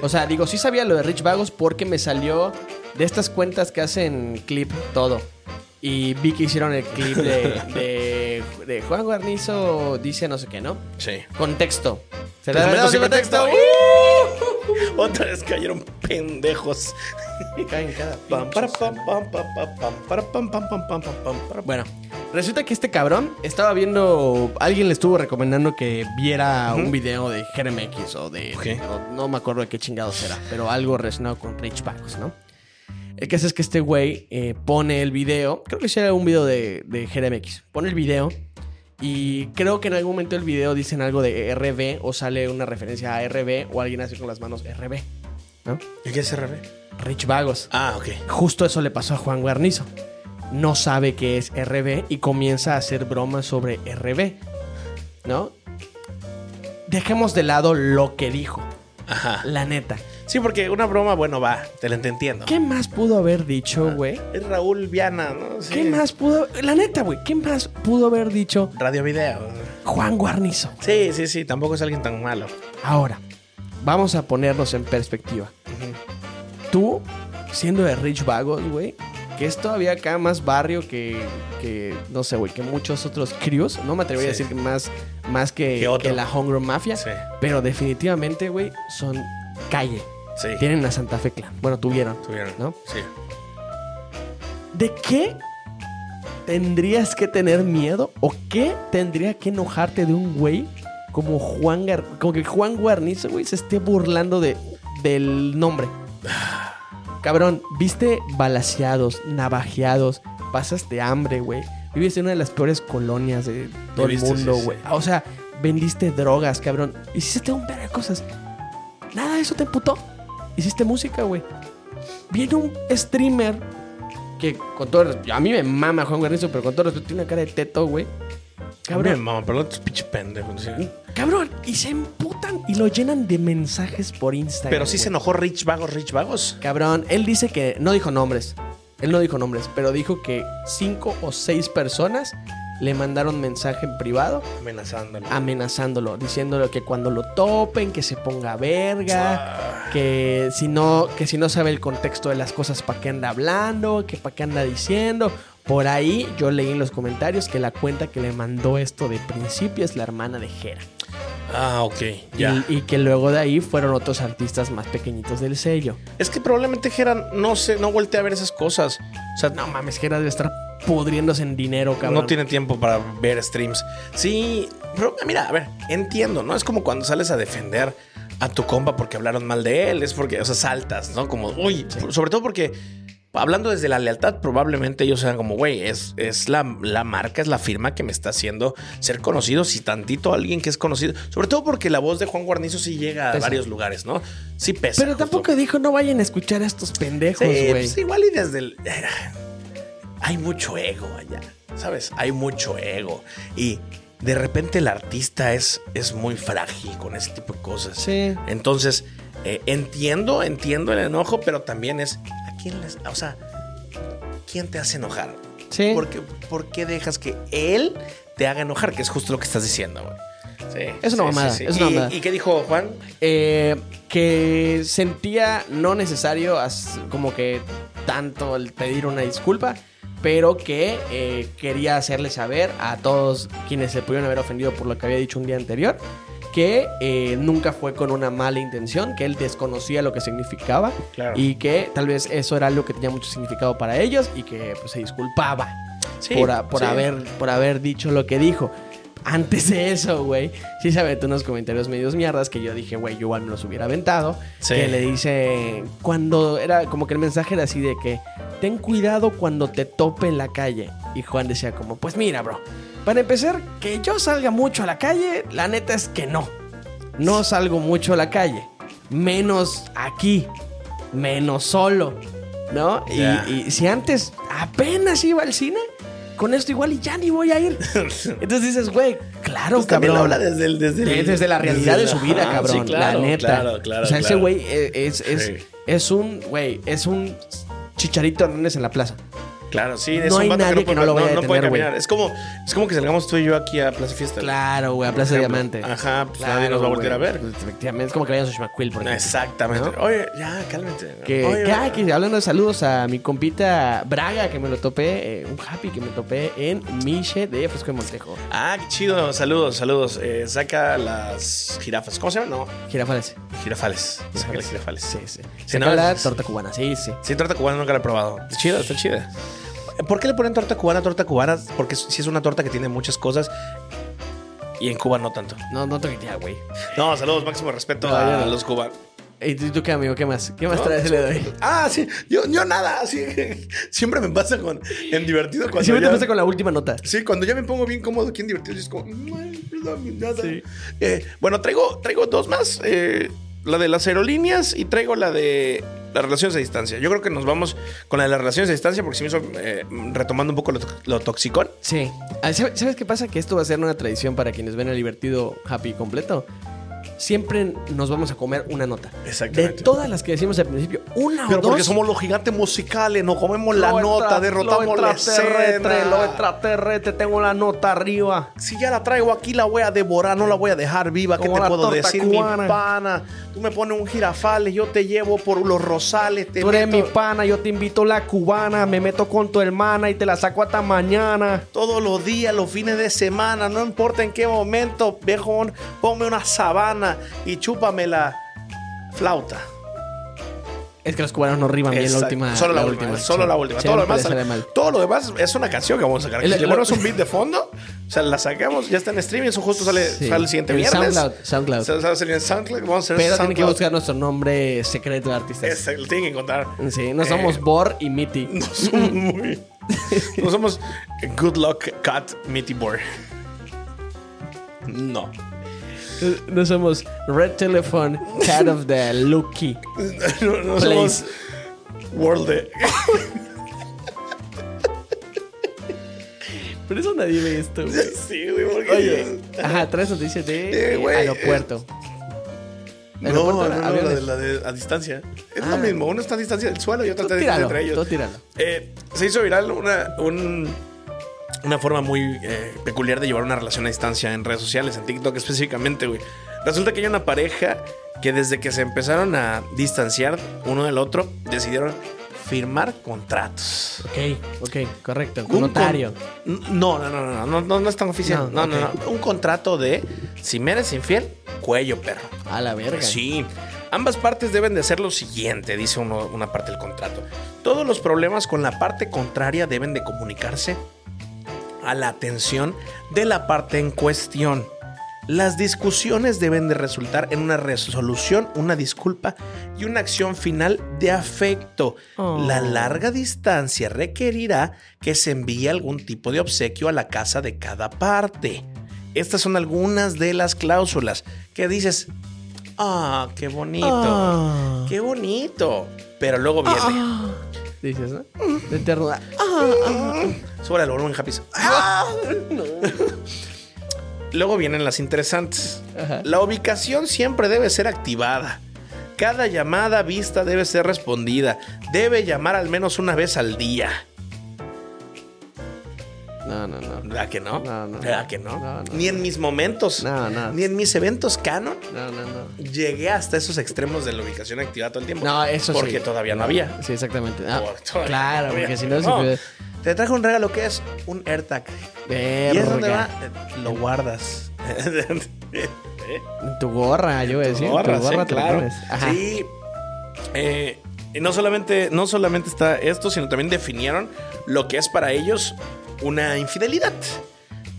Speaker 2: O sea, digo, sí sabía lo de Rich Vagos porque me salió de estas cuentas que hacen clip todo. Y vi que hicieron el clip de, de- de Juan Guarnizo dice no sé qué, ¿no?
Speaker 3: Sí.
Speaker 2: Contexto. Se
Speaker 3: Te
Speaker 2: da
Speaker 3: meto
Speaker 2: verdad
Speaker 3: sin
Speaker 2: sin contexto. eh.
Speaker 3: Otra vez cayeron pendejos.
Speaker 2: ¡Uh! Caen cada
Speaker 3: Pam,
Speaker 2: pinche
Speaker 3: para, pam, pam, pam, pam, pam, para, pam, pam, pam, pam, pam, pam, para.
Speaker 2: Bueno, resulta que este cabrón estaba viendo. Alguien le estuvo recomendando que viera un video de Jerem X o de.
Speaker 3: Ok.
Speaker 2: o- no me acuerdo de qué chingados era, pero algo relacionado con Rich Pacos, ¿no? El caso es que este güey eh, pone el video. Creo que sí era un video de, de Jerem X. Pone el video. Y creo que en algún momento el video dicen algo de RB o sale una referencia a RB o alguien hace con las manos RB, ¿no?
Speaker 3: ¿Y qué es RB?
Speaker 2: Rich Vagos.
Speaker 3: Ah, ok.
Speaker 2: Justo eso le pasó a Juan Guarnizo. No sabe qué es RB y comienza a hacer bromas sobre RB. ¿No? Dejemos de lado lo que dijo.
Speaker 3: Ajá.
Speaker 2: La neta.
Speaker 3: Sí, porque una broma, bueno, va, te la te entiendo.
Speaker 2: ¿Qué más pudo haber dicho, güey?
Speaker 3: Es Raúl Viana, ¿no? Sí.
Speaker 2: ¿Qué más pudo... La neta, güey. ¿Qué más pudo haber dicho
Speaker 3: Radio video.
Speaker 2: Juan Guarnizo?
Speaker 3: Sí, sí, sí, tampoco es alguien tan malo.
Speaker 2: Ahora, vamos a ponernos en perspectiva. Tú, siendo de Rich Vagos, güey, que es todavía acá más barrio que, que, no sé, güey, que muchos otros críos. No me atrevo a
Speaker 3: Sí.
Speaker 2: decir que más, más que,
Speaker 3: Que otro.
Speaker 2: que la Hungry Mafia,
Speaker 3: Sí,
Speaker 2: pero definitivamente, güey, son calle.
Speaker 3: sí.
Speaker 2: Tienen a Santa Fe Clan. Bueno, tuvieron.
Speaker 3: Tuvieron.
Speaker 2: ¿No?
Speaker 3: Sí.
Speaker 2: ¿De qué tendrías que tener miedo o qué tendría que enojarte de un güey como Juan Gar como que Juan Guarnizo, güey, se esté burlando de, del nombre. Cabrón, viste balaseados, navajeados, pasaste hambre, güey. Vives en una de las peores colonias de todo el
Speaker 3: Viviste, sí,
Speaker 2: mundo,
Speaker 3: sí.
Speaker 2: güey. O sea, vendiste drogas, cabrón. Hiciste un verga de cosas. Nada de eso te emputó. Hiciste música, güey. Viene un streamer que con todo el respeto, a mí me mama Juan Guarnizo, pero con todo el respeto tiene una cara de teto, güey.
Speaker 3: Cabrón.
Speaker 2: Cabrón,
Speaker 3: Mamá, perdón, tus pinche pendejos. sí.
Speaker 2: cabrón, y se emputan y lo llenan de mensajes por Instagram.
Speaker 3: Pero sí se
Speaker 2: güey.
Speaker 3: enojó Rich Vagos, Rich Vagos.
Speaker 2: Cabrón, él dice que no dijo nombres. Él no dijo nombres, pero dijo que cinco o seis personas le mandaron mensaje en privado
Speaker 3: Amenazándolo.
Speaker 2: amenazándolo, diciéndole que cuando lo topen, que se ponga verga, que si no, que si no sabe el contexto de las cosas, para qué anda hablando, que para qué anda diciendo. Por ahí yo leí en los comentarios que la cuenta que le mandó esto de principio es la hermana de Jera.
Speaker 3: Ah, ok. Ya.
Speaker 2: Y, y que luego de ahí fueron otros artistas más pequeñitos del sello.
Speaker 3: Es que probablemente Geran no se, no voltea a ver esas cosas. O sea,
Speaker 2: No mames, Jera debe estar pudriéndose en dinero, cabrón.
Speaker 3: No tiene tiempo para ver streams. Sí, pero mira, a ver, entiendo, ¿no? Es como cuando sales a defender a tu compa porque hablaron mal de él, es porque, o sea, saltas, ¿no? Como, uy, sobre todo porque hablando desde la lealtad, probablemente ellos sean como, güey, es, es la, la marca, es la firma que me está haciendo ser conocido, si tantito alguien que es conocido, sobre todo porque la voz de Juan Guarnizo sí llega a
Speaker 2: Pesa.
Speaker 3: varios lugares, ¿no? Sí pesa.
Speaker 2: Pero
Speaker 3: justo.
Speaker 2: tampoco dijo, no vayan a escuchar a estos pendejos,
Speaker 3: Sí,
Speaker 2: güey.
Speaker 3: pues igual y desde el. Hay mucho ego allá, ¿sabes? Hay mucho ego. Y de repente el artista es, es muy frágil con ese tipo de cosas.
Speaker 2: Sí.
Speaker 3: Entonces, eh, entiendo, entiendo el enojo, pero también es. ¿A quién les.? O sea, ¿quién te hace enojar?
Speaker 2: Sí.
Speaker 3: ¿Por qué, por qué dejas que él te haga enojar? Que es justo lo que estás diciendo, güey. Sí,
Speaker 2: Es una
Speaker 3: sí,
Speaker 2: mamada, es una
Speaker 3: ¿Y-
Speaker 2: mamada.
Speaker 3: ¿Y qué dijo Juan?
Speaker 2: Eh, que sentía no necesario as- como que tanto el pedir una disculpa, pero que eh, quería hacerle saber a todos quienes se pudieron haber ofendido por lo que había dicho un día anterior, que eh, nunca fue con una mala intención, que él desconocía lo que significaba
Speaker 3: Claro.
Speaker 2: y que tal vez eso era algo que tenía mucho significado para ellos y que pues, se disculpaba
Speaker 3: Sí,
Speaker 2: por, a- por
Speaker 3: sí.
Speaker 2: haber, por haber dicho lo que dijo. Antes de eso, güey, sí se aventó unos comentarios medios mierdas que yo dije, güey, yo igual me los hubiera aventado.
Speaker 3: Sí.
Speaker 2: Que le dice, cuando era como que el mensaje era así de que, ten cuidado cuando te tope en la calle. Y Juan decía como, pues mira, bro, para empezar, que yo salga mucho a la calle, la neta es que no. No salgo mucho a la calle. Menos aquí. Menos solo. ¿No? Y-
Speaker 3: Ya.
Speaker 2: y si antes apenas iba al cine, con esto igual y ya ni voy a ir. Entonces dices, güey, claro,
Speaker 3: Pues también
Speaker 2: cabrón.
Speaker 3: habla desde, el- desde, el-
Speaker 2: De- desde la realidad de su
Speaker 3: Ajá,
Speaker 2: vida, cabrón.
Speaker 3: sí, claro,
Speaker 2: la neta.
Speaker 3: Claro, claro.
Speaker 2: o sea, ese
Speaker 3: claro.
Speaker 2: güey eh, es, es,
Speaker 3: Sí.
Speaker 2: es un, güey, es un chicharito Hernández en la plaza.
Speaker 3: Claro, sí,
Speaker 2: No hay
Speaker 3: vato
Speaker 2: nadie que
Speaker 3: puede-
Speaker 2: no lo vaya a
Speaker 3: puede
Speaker 2: detener, güey.
Speaker 3: caminar. Es como, es como que salgamos tú y yo aquí a Plaza Fiesta. güey.
Speaker 2: Claro, güey, a Plaza
Speaker 3: Por ejemplo.
Speaker 2: Diamante.
Speaker 3: Ajá, pues
Speaker 2: Claro,
Speaker 3: nadie nos va a volver a
Speaker 2: güey.
Speaker 3: ver.
Speaker 2: Efectivamente, es como que vayan a Xochimilco, por ejemplo.
Speaker 3: Exactamente.
Speaker 2: ¿No?
Speaker 3: Oye, ya, cálmate.
Speaker 2: Que,
Speaker 3: Oye,
Speaker 2: que, ah, que hablando de saludos a mi compita Braga, que me lo topé, eh, un happy que me topé en Miche de Fresco de Montejo.
Speaker 3: Ah, qué chido. Saludos, saludos. Eh, saca las jirafas. ¿Cómo se llama? No,
Speaker 2: Girafales.
Speaker 3: jirafales. Saca las jirafales.
Speaker 2: Sí, sí.
Speaker 3: Sí,
Speaker 2: Se
Speaker 3: no,
Speaker 2: la
Speaker 3: es-
Speaker 2: torta cubana, sí, sí.
Speaker 3: Sí, torta cubana nunca la he probado. Está chida, está chida. ¿Por qué le ponen torta cubana a torta cubana? Porque si es una torta que tiene muchas cosas y en Cuba no tanto.
Speaker 2: No, no toquetea, güey.
Speaker 3: No, saludos, máximo respeto
Speaker 2: No, ya
Speaker 3: a
Speaker 2: no.
Speaker 3: los cubanos.
Speaker 2: ¿Y tú, tú qué, amigo? ¿Qué más? ¿Qué más
Speaker 3: No,
Speaker 2: traes
Speaker 3: pues,
Speaker 2: le doy?
Speaker 3: Ah, sí, yo, yo nada, así que siempre me pasa con en divertido cuando
Speaker 2: Siempre te
Speaker 3: ya-
Speaker 2: pasa con la última nota.
Speaker 3: Sí, cuando ya me pongo bien cómodo aquí en divertido, es como, "Ay, perdón, nada".
Speaker 2: Sí.
Speaker 3: Eh, bueno, traigo, traigo dos más, eh, la de las aerolíneas y traigo la de las relaciones a distancia. Yo creo que nos vamos con la de las relaciones a distancia porque se me hizo, eh, retomando un poco lo, to- lo toxicón.
Speaker 2: Sí. Ah, ¿sabe- ¿Sabes qué pasa? Que esto va a ser una tradición para quienes ven el divertido happy completo. Siempre nos vamos a comer una nota. De
Speaker 3: Exactamente.
Speaker 2: todas las que decimos al principio, una o
Speaker 3: Pero
Speaker 2: dos.
Speaker 3: porque somos los gigantes musicales, nos comemos la
Speaker 2: Lo
Speaker 3: nota,
Speaker 2: entra-
Speaker 3: derrotamos la
Speaker 2: extraterrestre,
Speaker 3: escena.
Speaker 2: Lo extraterrestre, tengo la nota arriba.
Speaker 3: Si ya la traigo aquí, la voy a devorar, no la voy a dejar viva. ¿Qué
Speaker 2: Como
Speaker 3: te
Speaker 2: la
Speaker 3: puedo
Speaker 2: torta
Speaker 3: decir,
Speaker 2: cubana.
Speaker 3: mi pana? Tú me pones un jirafales, yo te llevo por los rosales. Te
Speaker 2: Tú eres mi
Speaker 3: meto-
Speaker 2: pana, yo te invito la cubana, me meto con tu hermana y te la saco hasta mañana.
Speaker 3: Todos los días, los fines de semana, no importa en qué momento, viejo, ponme una sabana y chúpame la flauta.
Speaker 2: Es que los cubanos no riman bien la
Speaker 3: Exacto.
Speaker 2: última.
Speaker 3: Solo la, última, Solo la última.
Speaker 2: Sí,
Speaker 3: todo, lo
Speaker 2: siempre sale
Speaker 3: demás,
Speaker 2: mal.
Speaker 3: todo lo demás es una canción que vamos a sacar.
Speaker 2: El-
Speaker 3: Le
Speaker 2: lo-
Speaker 3: ponemos un beat de fondo, o sea, la sacamos, ya está en streaming, eso justo sale,
Speaker 2: Sí.
Speaker 3: Eh, sale el siguiente
Speaker 2: En
Speaker 3: viernes.
Speaker 2: SoundCloud, SoundCloud.
Speaker 3: Sa- sa- sale en SoundCloud, vamos a hacer
Speaker 2: Pero tienen que
Speaker 3: SoundCloud.
Speaker 2: buscar nuestro nombre secreto de artistas.
Speaker 3: Exacto, lo tienen que encontrar.
Speaker 2: Sí, no somos
Speaker 3: Eh,
Speaker 2: Bor y Mitty.
Speaker 3: no somos muy- no somos Good Luck Cat Mitty Boy. No.
Speaker 2: No somos Red Telephone, Cat of the Lucky.
Speaker 3: No, no somos
Speaker 2: Place.
Speaker 3: World de-
Speaker 2: Por eso nadie ve esto. güey.
Speaker 3: sí, güey, porque.
Speaker 2: Oye, ajá, tres noticias de
Speaker 3: Eh,
Speaker 2: eh,
Speaker 3: güey,
Speaker 2: aeropuerto.
Speaker 3: No, no,
Speaker 2: Aeropuerto,
Speaker 3: no, la
Speaker 2: aviones.
Speaker 3: de, la de a distancia. Es
Speaker 2: Ah.
Speaker 3: lo mismo, uno está a distancia del suelo y otro
Speaker 2: Tú
Speaker 3: está a distancia
Speaker 2: tíralo,
Speaker 3: entre ellos.
Speaker 2: tú tíralo.
Speaker 3: Eh, se hizo viral una, un- una forma muy eh, peculiar de llevar una relación a distancia en redes sociales, en TikTok específicamente, güey. Resulta que hay una pareja que desde que se empezaron a distanciar uno del otro, decidieron firmar contratos.
Speaker 2: Ok, ok, correcto.
Speaker 3: Un
Speaker 2: Un notario.
Speaker 3: con- No, no, no, no, no, no, no es tan oficial. No,
Speaker 2: No,
Speaker 3: no,
Speaker 2: ok.
Speaker 3: no. Un contrato de si me eres infiel, cuello perro.
Speaker 2: A la verga.
Speaker 3: Sí. Ambas partes deben de hacer lo siguiente, dice uno- una parte del contrato. Todos los problemas con la parte contraria deben de comunicarse a la atención de la parte en cuestión. Las discusiones deben de resultar en una resolución, una disculpa y una acción final de afecto.
Speaker 2: Oh.
Speaker 3: La larga distancia requerirá que se envíe algún tipo de obsequio a la casa de cada parte. Estas son algunas de las cláusulas que dices, ah, qué bonito,
Speaker 2: Ah.
Speaker 3: qué bonito. Pero luego viene,
Speaker 2: Ah. Dices, ¿no? De ternura.
Speaker 3: sobre el volumen, Happy. Ah. Luego vienen las interesantes.
Speaker 2: Ajá.
Speaker 3: La ubicación siempre debe ser activada. Cada llamada vista debe ser respondida. Debe llamar al menos una vez al día.
Speaker 2: No, no, no.
Speaker 3: ¿Verdad que no?
Speaker 2: No, no.
Speaker 3: ¿Verdad que no?
Speaker 2: No, no.
Speaker 3: Ni en mis momentos.
Speaker 2: No, no.
Speaker 3: Ni en mis eventos canon.
Speaker 2: No, no, no.
Speaker 3: Llegué hasta esos extremos de la ubicación activada todo el tiempo.
Speaker 2: No, eso sí.
Speaker 3: Porque todavía no había.
Speaker 2: Sí, exactamente. Ah,
Speaker 3: Por todavía
Speaker 2: claro,
Speaker 3: no había.
Speaker 2: porque si no, se
Speaker 3: Te trajo un regalo que es un AirTag.
Speaker 2: Verga.
Speaker 3: Y es donde va, eh, lo guardas.
Speaker 2: En Tu gorra, yo voy a decir. Tu gorra,
Speaker 3: Gorras, sí,
Speaker 2: te la
Speaker 3: claro.
Speaker 2: pones. Ajá.
Speaker 3: Sí. Eh, y no solamente, no solamente está esto, sino también definieron lo que es para ellos una infidelidad.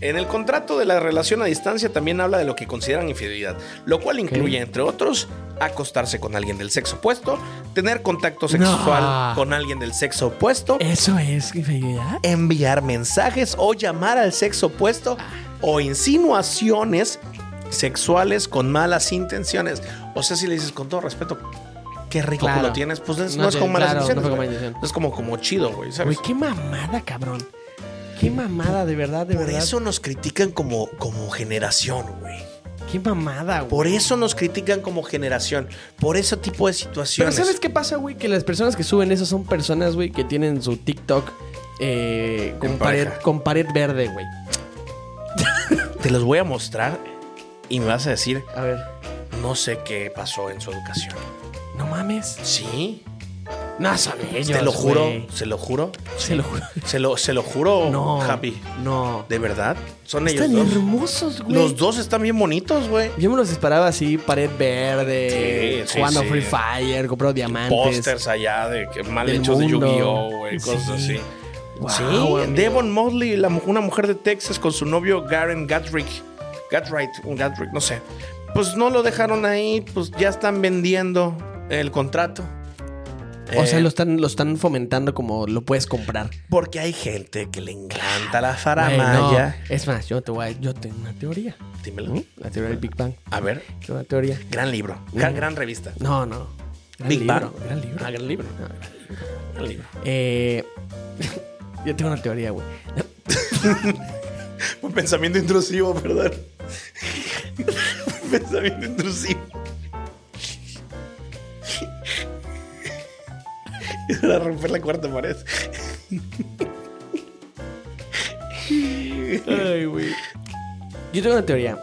Speaker 3: En el contrato de la relación a distancia también habla de lo que consideran infidelidad, lo cual incluye, entre otros, acostarse con alguien del sexo opuesto, tener contacto sexual
Speaker 2: No.
Speaker 3: con alguien del sexo opuesto,
Speaker 2: Eso es infidelidad.
Speaker 3: enviar mensajes o llamar al sexo opuesto o insinuaciones sexuales con malas intenciones. O sea, si le dices con todo respeto, qué rico
Speaker 2: Claro.
Speaker 3: que lo tienes, pues no, es-
Speaker 2: No
Speaker 3: no es
Speaker 2: te-
Speaker 3: con malas
Speaker 2: claro, no fue
Speaker 3: intenciones.
Speaker 2: con
Speaker 3: güey.
Speaker 2: mala intención.
Speaker 3: es como, como chido, güey,
Speaker 2: Güey,
Speaker 3: ¿sabes?
Speaker 2: qué mamada, cabrón. Qué mamada, de verdad, de
Speaker 3: Por
Speaker 2: verdad.
Speaker 3: eso nos critican como, como generación, güey.
Speaker 2: Qué mamada, güey.
Speaker 3: Por eso nos critican como generación. Por ese tipo de
Speaker 2: Pero
Speaker 3: situaciones.
Speaker 2: ¿sabes qué pasa, güey? Que las personas que suben eso son personas, güey, que tienen su TikTok eh, con,
Speaker 3: En
Speaker 2: pared,
Speaker 3: pareja.
Speaker 2: con pared verde, güey.
Speaker 3: Te los voy a mostrar y me vas a decir,
Speaker 2: A ver.
Speaker 3: no sé qué pasó en su educación.
Speaker 2: No mames.
Speaker 3: Sí,
Speaker 2: No son ellos,
Speaker 3: te lo juro,
Speaker 2: güey.
Speaker 3: se lo juro.
Speaker 2: Se lo juro.
Speaker 3: Se lo, se lo juro,
Speaker 2: No.
Speaker 3: Happy.
Speaker 2: No.
Speaker 3: ¿De verdad? Son Oh, ellos
Speaker 2: Están
Speaker 3: dos.
Speaker 2: hermosos, güey.
Speaker 3: Los dos están bien bonitos, güey.
Speaker 2: Yo me los disparaba así, pared verde,
Speaker 3: Sí, sí,
Speaker 2: jugando
Speaker 3: sí.
Speaker 2: Free Fire, compró diamantes.
Speaker 3: Pósters allá de que mal
Speaker 2: Del
Speaker 3: hechos de
Speaker 2: mundo.
Speaker 3: Yu-Gi-Oh, güey. Cosas
Speaker 2: Sí.
Speaker 3: así.
Speaker 2: Wow,
Speaker 3: sí,
Speaker 2: amigo.
Speaker 3: Devon Mosley, la mu- una mujer de Texas con su novio Garen Gatrick. Gatrick, un Gatrick, no sé. Pues no lo dejaron ahí, pues ya están vendiendo el contrato.
Speaker 2: O sea,
Speaker 3: Eh,
Speaker 2: lo están, lo están fomentando como lo puedes comprar.
Speaker 3: Porque hay gente que le encanta la
Speaker 2: Güey, no.
Speaker 3: faramaya.
Speaker 2: Es más, yo te voy a, yo tengo una teoría.
Speaker 3: Dímelo.
Speaker 2: ¿no? La teoría del Big Bang.
Speaker 3: A ver,
Speaker 2: Tengo Una teoría.
Speaker 3: gran libro,
Speaker 2: Mm.
Speaker 3: gran, gran revista.
Speaker 2: No, no. Gran
Speaker 3: Big
Speaker 2: libro,
Speaker 3: Bang.
Speaker 2: gran libro.
Speaker 3: Ah, gran libro. Gran libro.
Speaker 2: Eh, yo tengo una teoría, güey.
Speaker 3: Un pensamiento intrusivo, perdón. Un pensamiento intrusivo. Es para romper la cuarta pared.
Speaker 2: Ay, güey. Yo tengo una teoría.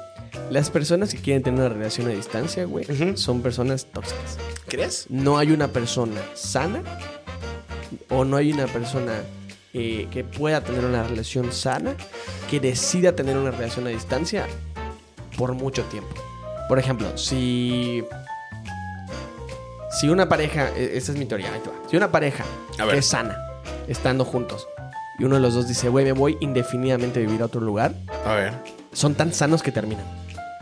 Speaker 2: Las personas que quieren tener una relación a distancia, güey,
Speaker 3: Ujú.
Speaker 2: son personas tóxicas.
Speaker 3: ¿Crees?
Speaker 2: no hay una persona sana o no hay una persona eh, que pueda tener una relación sana que decida tener una relación a distancia por mucho tiempo. Por ejemplo, si Si una pareja, e- esa es mi teoría, ahí te va. Si una pareja
Speaker 3: A ver.
Speaker 2: que es sana, estando juntos, y uno de los dos dice, güey, me voy indefinidamente a vivir a otro lugar,
Speaker 3: A ver.
Speaker 2: son tan sanos que terminan.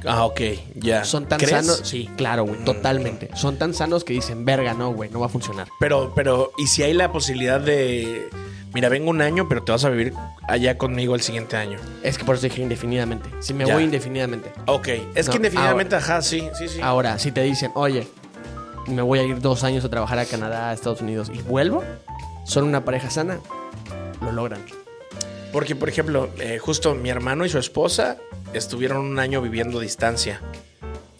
Speaker 3: Ah, ok, ya.
Speaker 2: Son tan
Speaker 3: ¿Crees? Mm,
Speaker 2: sanos. Sí, claro, güey, totalmente. Son tan sanos que dicen, verga, no, güey, no va a funcionar.
Speaker 3: Pero, pero, ¿y si hay la posibilidad de. Mira, vengo un año, pero te vas a vivir allá conmigo el siguiente año?
Speaker 2: Es que por eso dije indefinidamente. Si me
Speaker 3: Ya.
Speaker 2: voy indefinidamente.
Speaker 3: Ok, es
Speaker 2: No, Ah.
Speaker 3: que indefinidamente, ajá, sí, sí, sí.
Speaker 2: Ahora, si te dicen, oye, me voy a ir dos años a trabajar a Canadá, a Estados Unidos y vuelvo, son una pareja sana, lo logran.
Speaker 3: Porque, por ejemplo, eh, justo mi hermano y su esposa estuvieron un año viviendo a distancia.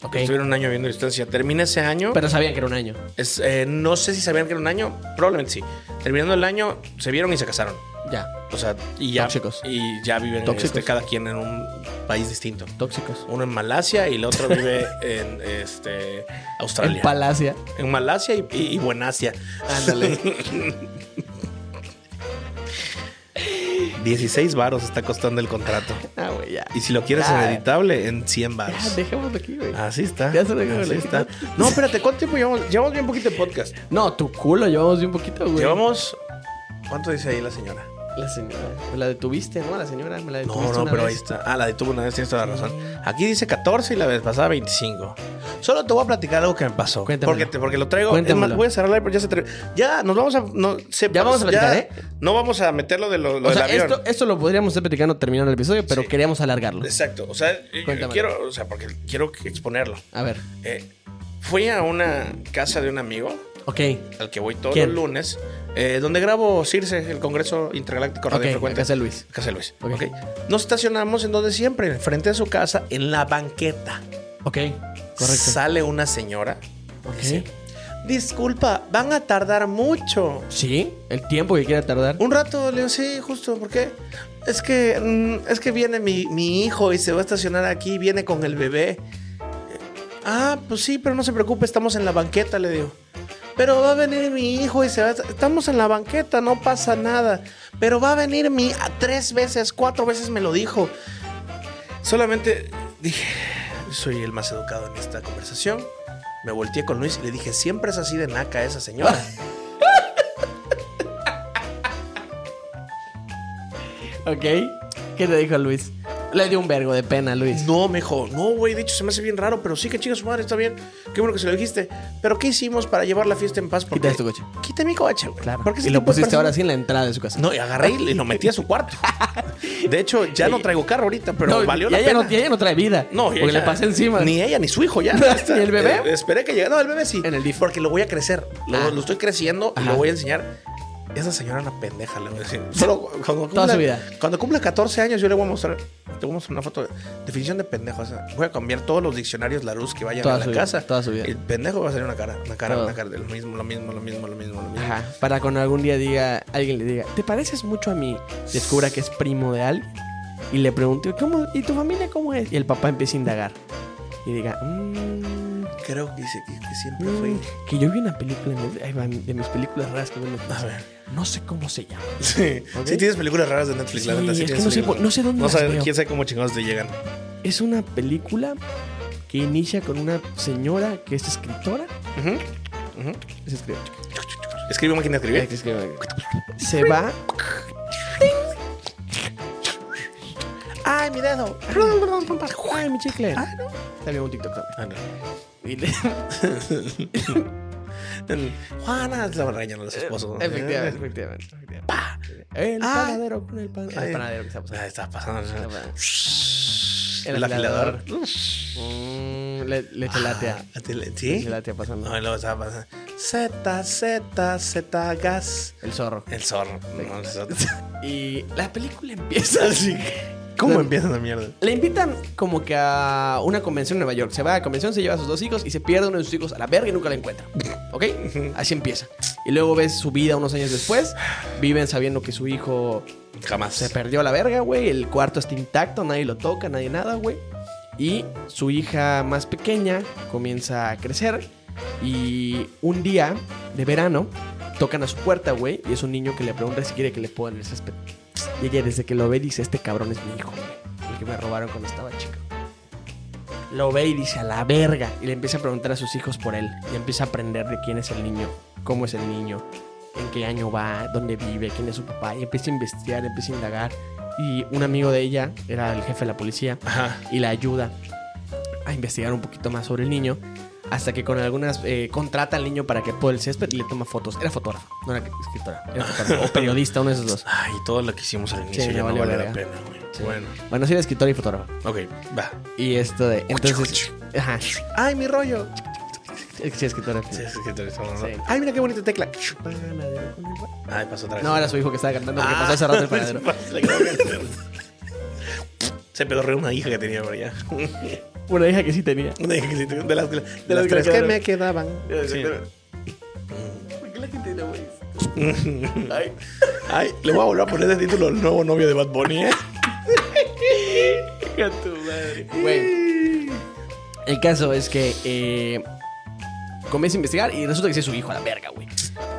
Speaker 2: Ok.
Speaker 3: Estuvieron un año viviendo a distancia. Termina ese año.
Speaker 2: Pues, Pero sabían que era un año.
Speaker 3: es- eh, no sé si sabían que era un año, probablemente sí. Terminando el año, se vieron y se casaron.
Speaker 2: Ya,
Speaker 3: O sea, y ya.
Speaker 2: Tóxicos.
Speaker 3: Y ya viven
Speaker 2: Tóxicos.
Speaker 3: este, cada quien en un país distinto.
Speaker 2: tóxicos.
Speaker 3: Uno en Malasia y el otro vive en este, Australia.
Speaker 2: En Palacia.
Speaker 3: En Malasia y, y, y Buenasia.
Speaker 2: Ándale.
Speaker 3: 16 varos está costando el contrato.
Speaker 2: ah, güey, ya.
Speaker 3: Y si lo quieres
Speaker 2: Ya.
Speaker 3: en editable, en 100
Speaker 2: Ah. Ya,
Speaker 3: varos.
Speaker 2: dejémoslo aquí, güey.
Speaker 3: Así está.
Speaker 2: Ya se lo digo,
Speaker 3: Así
Speaker 2: le-
Speaker 3: está. No, espérate, ¿cuánto tiempo llevamos? Llevamos bien poquito de podcast.
Speaker 2: No, tu culo, llevamos bien poquito, güey.
Speaker 3: Llevamos. ¿Cuánto dice ahí la señora?
Speaker 2: La señora. Me la detuviste, ¿no? La señora me la detuviste.
Speaker 3: No, no,
Speaker 2: una
Speaker 3: pero ahí
Speaker 2: vez.
Speaker 3: está. Ah, la detuvo una vez, tienes toda la razón. Aquí dice 14 y la vez pasada 25. Solo te voy a platicar algo que me pasó.
Speaker 2: Cuéntamelo.
Speaker 3: Porque, te- porque lo traigo. Es
Speaker 2: Cuéntamelo.
Speaker 3: más, voy a cerrar la porque ya se tra- Ya, nos vamos a. no, se-
Speaker 2: Ya vamos a platicar, ¿eh?
Speaker 3: No vamos a meterlo de lo, lo
Speaker 2: O
Speaker 3: del
Speaker 2: sea,
Speaker 3: avión.
Speaker 2: esto, esto lo podríamos estar platicando terminando el episodio, pero
Speaker 3: Sí.
Speaker 2: queríamos alargarlo.
Speaker 3: Exacto. O sea, yo
Speaker 2: Cuéntamelo.
Speaker 3: quiero. O sea, porque quiero exponerlo.
Speaker 2: A ver.
Speaker 3: Eh, fui a una casa de un amigo
Speaker 2: Ok.
Speaker 3: al que voy todos
Speaker 2: ¿Quién?
Speaker 3: los lunes, eh, donde grabo Circe, el Congreso Intergaláctico Radio
Speaker 2: Ok,
Speaker 3: Frecuente.
Speaker 2: acá está Luis.
Speaker 3: Casa de Luis.
Speaker 2: Ok.
Speaker 3: ok. Nos estacionamos en donde siempre, frente a su casa, en la banqueta.
Speaker 2: Ok. Correcto.
Speaker 3: Sale una señora.
Speaker 2: Ok.
Speaker 3: dice, Disculpa, van a tardar mucho.
Speaker 2: Sí, el tiempo que quiera tardar.
Speaker 3: Un rato, le digo, sí, justo, ¿por qué? Es que, mm, es que viene mi, mi hijo y se va a estacionar aquí, viene con el bebé. Ah, pues sí, pero no se preocupe, estamos en la banqueta, le digo. Pero va a venir mi hijo y se va. a- Estamos en la banqueta, no pasa nada. Pero va a venir mi. a- Tres veces, cuatro veces me lo dijo. Solamente dije. Soy el más educado en esta conversación. Me volteé con Luis y le dije: Siempre es así de naca esa señora.
Speaker 2: Ok. ¿Qué te dijo Luis? Le dio un vergo de pena, Luis.
Speaker 3: No, me dijo, no, güey, de hecho se me hace bien raro, pero sí que chinga su madre, está bien. Qué bueno que se lo dijiste. Pero ¿qué hicimos para llevar la fiesta en paz? Porque
Speaker 2: Quitaste tu este coche.
Speaker 3: Quité mi coche, güey.
Speaker 2: Claro.
Speaker 3: Porque ese
Speaker 2: y lo
Speaker 3: tipo de
Speaker 2: pusiste ahora
Speaker 3: personas-
Speaker 2: sí en la entrada de su casa.
Speaker 3: No, y agarré y lo metí a su cuarto. De hecho, ya no traigo carro ahorita, pero
Speaker 2: No,
Speaker 3: valió
Speaker 2: y
Speaker 3: la
Speaker 2: ella
Speaker 3: pena.
Speaker 2: No, y ella no trae vida.
Speaker 3: No, y
Speaker 2: porque
Speaker 3: ella-
Speaker 2: le pasé encima.
Speaker 3: Ni ella ni su hijo ya.
Speaker 2: Ni el bebé.
Speaker 3: Eh, esperé que llegara. No, el bebé sí.
Speaker 2: En el DIF.
Speaker 3: Porque lo voy a crecer. Lo,
Speaker 2: Ah.
Speaker 3: lo estoy creciendo y
Speaker 2: Ajá.
Speaker 3: lo voy a enseñar. Esa señora es una pendeja, le voy a decir. Solo cuando cumpla,
Speaker 2: Toda su vida.
Speaker 3: Cuando cumpla 14 años, yo le voy a mostrar. Te voy a mostrar una foto. de- Definición de pendejo. O sea, voy a cambiar todos los diccionarios Larus que vayan
Speaker 2: Toda
Speaker 3: a la
Speaker 2: su vida,
Speaker 3: casa.
Speaker 2: toda su vida. Ah.
Speaker 3: El pendejo va a salir una cara, una cara,
Speaker 2: Todo.
Speaker 3: una cara. de Lo mismo, lo mismo, lo mismo, lo mismo, lo mismo.
Speaker 2: Ajá. Para cuando algún día diga, alguien le diga, ¿te pareces mucho a mí? Descubra que es primo de alguien. Y le pregunte, ¿cómo? ¿Y tu familia cómo es? Y el papá empieza a indagar. Y diga, mmm,
Speaker 3: Creo que dice que, que siempre
Speaker 2: mm,
Speaker 3: fue.
Speaker 2: que yo vi una película en- ahí va, de mis películas raras que veo en Netflix.
Speaker 3: A ver.
Speaker 2: No sé cómo se llama.
Speaker 3: Sí.
Speaker 2: Ok.
Speaker 3: Sí, tienes películas raras de Netflix, la
Speaker 2: Sí,
Speaker 3: neta.
Speaker 2: es
Speaker 3: sí
Speaker 2: que
Speaker 3: tienes
Speaker 2: no sé
Speaker 3: películas
Speaker 2: por- no sé dónde
Speaker 3: No
Speaker 2: las
Speaker 3: sabes,
Speaker 2: veo.
Speaker 3: quién sabe cómo chingados te llegan.
Speaker 2: Es una película que inicia con una señora que es escritora.
Speaker 3: Ujú, ujú.
Speaker 2: Es escritora.
Speaker 3: Escribe máquina de
Speaker 2: Eh,
Speaker 3: escribir.
Speaker 2: Se va.
Speaker 3: Ay, mi dedo.
Speaker 2: ¡Ay, mi chicle! Ah, no. Está bien un TikTok también.
Speaker 3: Ah, no.
Speaker 2: Y le-
Speaker 3: El- Juana es la reña de
Speaker 2: Eh,
Speaker 3: los esposos. ¿no?
Speaker 2: Efectivamente, efectivamente. efectivamente. El
Speaker 3: Ay.
Speaker 2: panadero con el panadero.
Speaker 3: Ah. Ay.
Speaker 2: El panadero que está
Speaker 3: Ah,
Speaker 2: pasando.
Speaker 3: está pasando.
Speaker 2: El
Speaker 3: El,
Speaker 2: afilador.
Speaker 3: afilador.
Speaker 2: Mm, le, lechelatea.
Speaker 3: Ah, tele-
Speaker 2: Le
Speaker 3: ¿Sí?
Speaker 2: Lechelatea pasando.
Speaker 3: No, y luego estaba pasando. Z, Z, Z gas.
Speaker 2: El zorro.
Speaker 3: El zorro. No, el zorro.
Speaker 2: Y la película empieza así.
Speaker 3: ¿Cómo
Speaker 2: La-
Speaker 3: empieza la mierda?
Speaker 2: Le invitan como que a una convención en Nueva York. Se va a la convención, se lleva a sus dos hijos y se pierde uno de sus hijos a la verga y nunca la encuentra. ¿Ok? Así empieza. Y luego ves su vida unos años después. Viven sabiendo que su hijo
Speaker 3: Jamás.
Speaker 2: se perdió a la verga, güey. El cuarto está intacto, nadie lo toca, nadie nada, güey. Y su hija más pequeña comienza a crecer. Y un día de verano tocan a su puerta, güey. Y es un niño que le pregunta si quiere que le puedan el césped. Y ella, desde que lo ve, dice: Este cabrón es mi hijo, güey. El que me robaron cuando estaba chico. lo ve y dice a la verga. Y le empieza a preguntar a sus hijos por él. Y empieza a aprender de quién es el niño, cómo es el niño, en qué año va, dónde vive, quién es su papá. Y empieza a investigar, empieza a indagar. Y un amigo de ella era el jefe de la policía
Speaker 3: Ajá.
Speaker 2: y la ayuda a investigar un poquito más sobre el niño. Hasta que con algunas eh, contrata al niño para que pueda el césped y le toma fotos. Era fotógrafa, no era escritora, era fotógrafa. o periodista, uno de esos dos.
Speaker 3: Ay, todo lo que hicimos al inicio
Speaker 2: Sí,
Speaker 3: ya
Speaker 2: me valió
Speaker 3: no vale la
Speaker 2: verga.
Speaker 3: pena, güey.
Speaker 2: Sí.
Speaker 3: Bueno,
Speaker 2: Bueno, sí era escritora y fotógrafa.
Speaker 3: ok, va.
Speaker 2: Y esto de. Entonces. Ajá.
Speaker 1: ¡Ay, mi rollo!
Speaker 2: Sí, escritora.
Speaker 3: Sí, sí, sí, te lo estamos dando.
Speaker 2: Sí.
Speaker 1: ¡Ay, mira qué bonita tecla!
Speaker 3: Ay, pasó otra vez.
Speaker 2: No, era su hijo que estaba cantando porque pasó hace rato el paradero.
Speaker 3: Se pedorreó una hija que tenía por allá.
Speaker 2: Una hija que sí tenía.
Speaker 3: Una hija que sí tenía- De las, de las,
Speaker 1: De las
Speaker 3: que
Speaker 1: tres que
Speaker 3: quedaron.
Speaker 1: me quedaban.
Speaker 3: Sí.
Speaker 2: ¿Por qué la gente no güey?
Speaker 3: Ay, ay, le voy a volver a poner de título el nuevo novio de Bad Bunny, ¿eh?
Speaker 2: A tu madre. Güey. El caso es que eh, comienza a investigar y resulta que sí es su hijo a la verga, güey.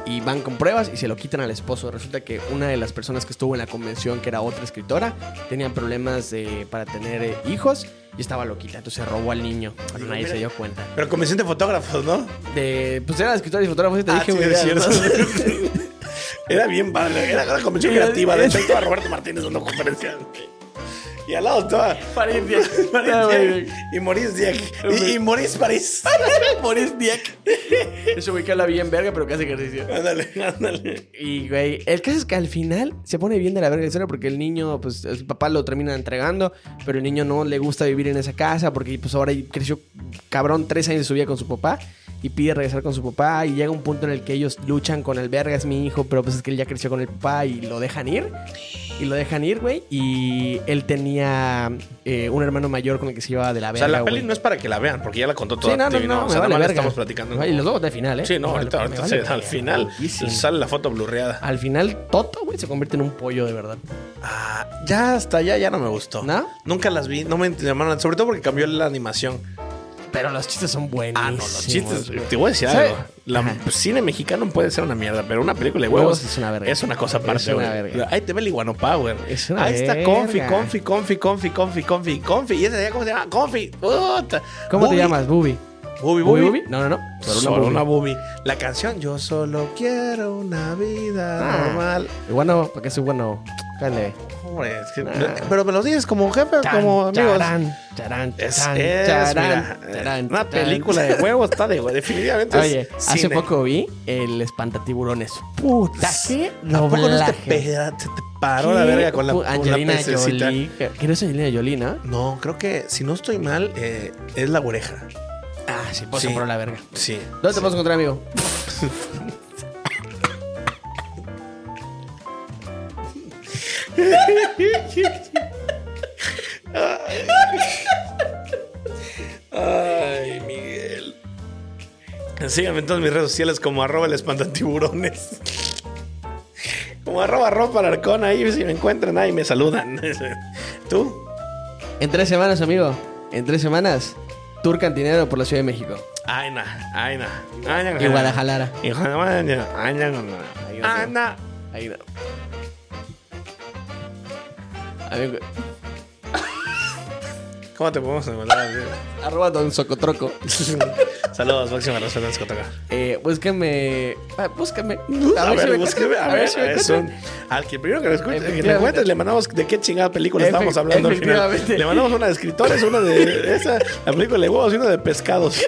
Speaker 2: Y van con pruebas y se lo quitan al esposo. Resulta que una de las personas que estuvo en la convención, que era otra escritora, tenían problemas eh, para tener eh, hijos y estaba loquita. Entonces robó al niño. Pero nadie se dio cuenta.
Speaker 3: Pero convención de fotógrafos, ¿no? Ah,
Speaker 2: De, pues era escritora y fotógrafo, sí te dije,
Speaker 3: sí,
Speaker 2: güey.
Speaker 3: es
Speaker 2: era,
Speaker 3: cierto.
Speaker 2: ¿no?
Speaker 3: Era bien padre. Era una convención
Speaker 2: Era-
Speaker 3: creativa.
Speaker 2: era-
Speaker 3: De hecho, ahí estaba Roberto Martínez dando conferencia. Y al lado estaba.
Speaker 2: París Diac.
Speaker 3: París
Speaker 2: Ah,
Speaker 3: Diac.
Speaker 2: güey. Ah,
Speaker 3: Y Maurice Diac. Y, y Maurice París.
Speaker 2: Maurice Dieck. Ese güey que habla bien verga, pero que hace ejercicio.
Speaker 3: ándale, ándale.
Speaker 2: Y, güey, el caso es que al final se pone bien de la verga la historia porque el niño, pues, el papá lo termina entregando, pero el niño no le gusta vivir en esa casa porque, pues, ahora creció cabrón tres años de su vida con su papá y pide regresar con su papá y llega un punto en el que ellos luchan con el verga, es mi hijo, pero pues es que él ya creció con el papá y lo dejan ir. Y lo dejan ir, güey. Y él tenía eh, un hermano mayor con el que se llevaba de la
Speaker 3: O
Speaker 2: verga,
Speaker 3: sea, la
Speaker 2: güey.
Speaker 3: peli no es para que la vean, porque ya la contó toda
Speaker 2: Sí, no, no,
Speaker 3: TV,
Speaker 2: no,
Speaker 3: O
Speaker 2: me
Speaker 3: sea, nada
Speaker 2: vale
Speaker 3: más la
Speaker 2: verga.
Speaker 3: estamos platicando.
Speaker 2: Güey, Y los dos de final, ¿eh?
Speaker 3: Sí, no,
Speaker 2: Me
Speaker 3: ahorita,
Speaker 2: vale-
Speaker 3: ahorita
Speaker 2: me
Speaker 3: se-
Speaker 2: vale
Speaker 3: al
Speaker 2: verga,
Speaker 3: final
Speaker 2: verguísima.
Speaker 3: sale la foto blurreada.
Speaker 2: Al final, Toto, güey, se convierte en un pollo de verdad.
Speaker 3: Ah, ya hasta allá ya no me gustó.
Speaker 2: ¿No?
Speaker 3: Nunca las vi, no me llamaron, sobre todo porque cambió la animación.
Speaker 2: Pero los chistes son buenos.
Speaker 3: Ah, no, los chistes. Te voy a decir
Speaker 2: ¿Sabe?
Speaker 3: algo. La
Speaker 2: Ajá.
Speaker 3: cine mexicano puede ser una mierda, pero una película de
Speaker 2: Huevos
Speaker 3: huevos,
Speaker 2: es una verga.
Speaker 3: Es una cosa
Speaker 2: Es
Speaker 3: aparte,
Speaker 2: una
Speaker 3: güey.
Speaker 2: verga.
Speaker 3: Ahí te ve el Iguano Power.
Speaker 2: Es una
Speaker 3: Ahí está
Speaker 2: verga.
Speaker 3: Confi, Confi, Confi, Confi, Confi, Confi, Confi. ¿Y ese de allá cómo se llama? Confi. Puta.
Speaker 2: ¿Cómo
Speaker 3: Bubi.
Speaker 2: te llamas? Bubi.
Speaker 3: Bubi, Bubi.
Speaker 2: No, no, no.
Speaker 3: Solo una Bubi. La canción Yo solo quiero una vida
Speaker 2: Ah.
Speaker 3: normal.
Speaker 2: Bueno, porque es bueno. Cállate.
Speaker 3: Hombre, es que-
Speaker 2: Ah.
Speaker 3: Pero me lo dices como jefe, o como amigos.
Speaker 2: Charán, charán,
Speaker 3: Es,
Speaker 2: charán,
Speaker 3: es,
Speaker 2: charán,
Speaker 3: mira,
Speaker 2: charán,
Speaker 3: una
Speaker 2: charán.
Speaker 3: película de huevos está de huevos. Definitivamente es
Speaker 2: Oye, hace
Speaker 3: cine.
Speaker 2: poco vi el espantatiburones. Puta, qué
Speaker 3: ¿A poco no se te,
Speaker 2: doblaje.
Speaker 3: peda- se te paró la
Speaker 2: Qué
Speaker 3: verga con la,
Speaker 2: pu-
Speaker 3: con la
Speaker 2: Angelina
Speaker 3: pececita?
Speaker 2: Jolie. Que no es Angelina Jolie, ¿no?
Speaker 3: No, creo que si no estoy mal, eh, es la oreja.
Speaker 2: Ah, sí, pues
Speaker 3: Sí.
Speaker 2: por la verga.
Speaker 3: Sí.
Speaker 2: ¿Dónde te puedes encontrar, amigo?
Speaker 3: Ay, Miguel. Síganme en todas mis redes sociales como arroba el espantantiburones. Como arroba ropa arcón ahí, si me encuentran ahí me saludan. ¿Tú?
Speaker 2: En tres semanas, amigo. En tres semanas, tour cantinero por la Ciudad de México.
Speaker 3: Aina, Aina. Aina.
Speaker 2: Y Guadalajara.
Speaker 3: Y Guadalajara. Aina. Aina. Aina.
Speaker 2: Ahí no. Amigo,
Speaker 3: ¿Cómo te podemos encontrar?
Speaker 2: arroba don Socotroco.
Speaker 3: Saludos, máxima respeto, Cotoca.
Speaker 2: Eh, búscame. ah, búscame.
Speaker 3: A ver,
Speaker 2: si me encuentro,
Speaker 3: búsqueme, a ver, a ver,
Speaker 2: encuentro.
Speaker 3: son- al que primero que nos cuente, que
Speaker 2: Efectivamente.
Speaker 3: le cuentes, le mandamos de qué chingada película estábamos
Speaker 2: Efe-
Speaker 3: hablando al final.
Speaker 2: efectivamente.
Speaker 3: Le mandamos una de escritores, una de esa, la película de huevos y una de pescados.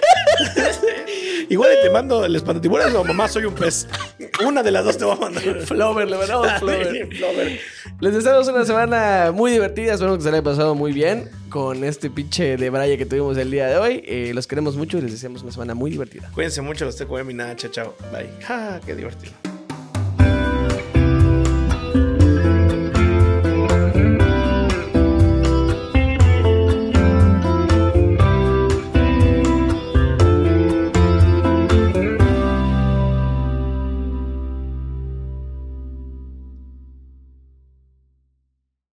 Speaker 3: Igual y te mando el espantatiburas o mamá soy un pez. Una de las dos te voy a mandar.
Speaker 2: Flover, le mandamos Flover.
Speaker 3: Flower.
Speaker 2: Les deseamos una semana muy divertida. Espero que se la haya pasado muy bien con este pinche de Braya que tuvimos el día de hoy. Eh, los queremos mucho y les deseamos una semana muy divertida.
Speaker 3: Cuídense mucho, los te comen mi nada, chao, chao. Bye. Ja, qué divertido.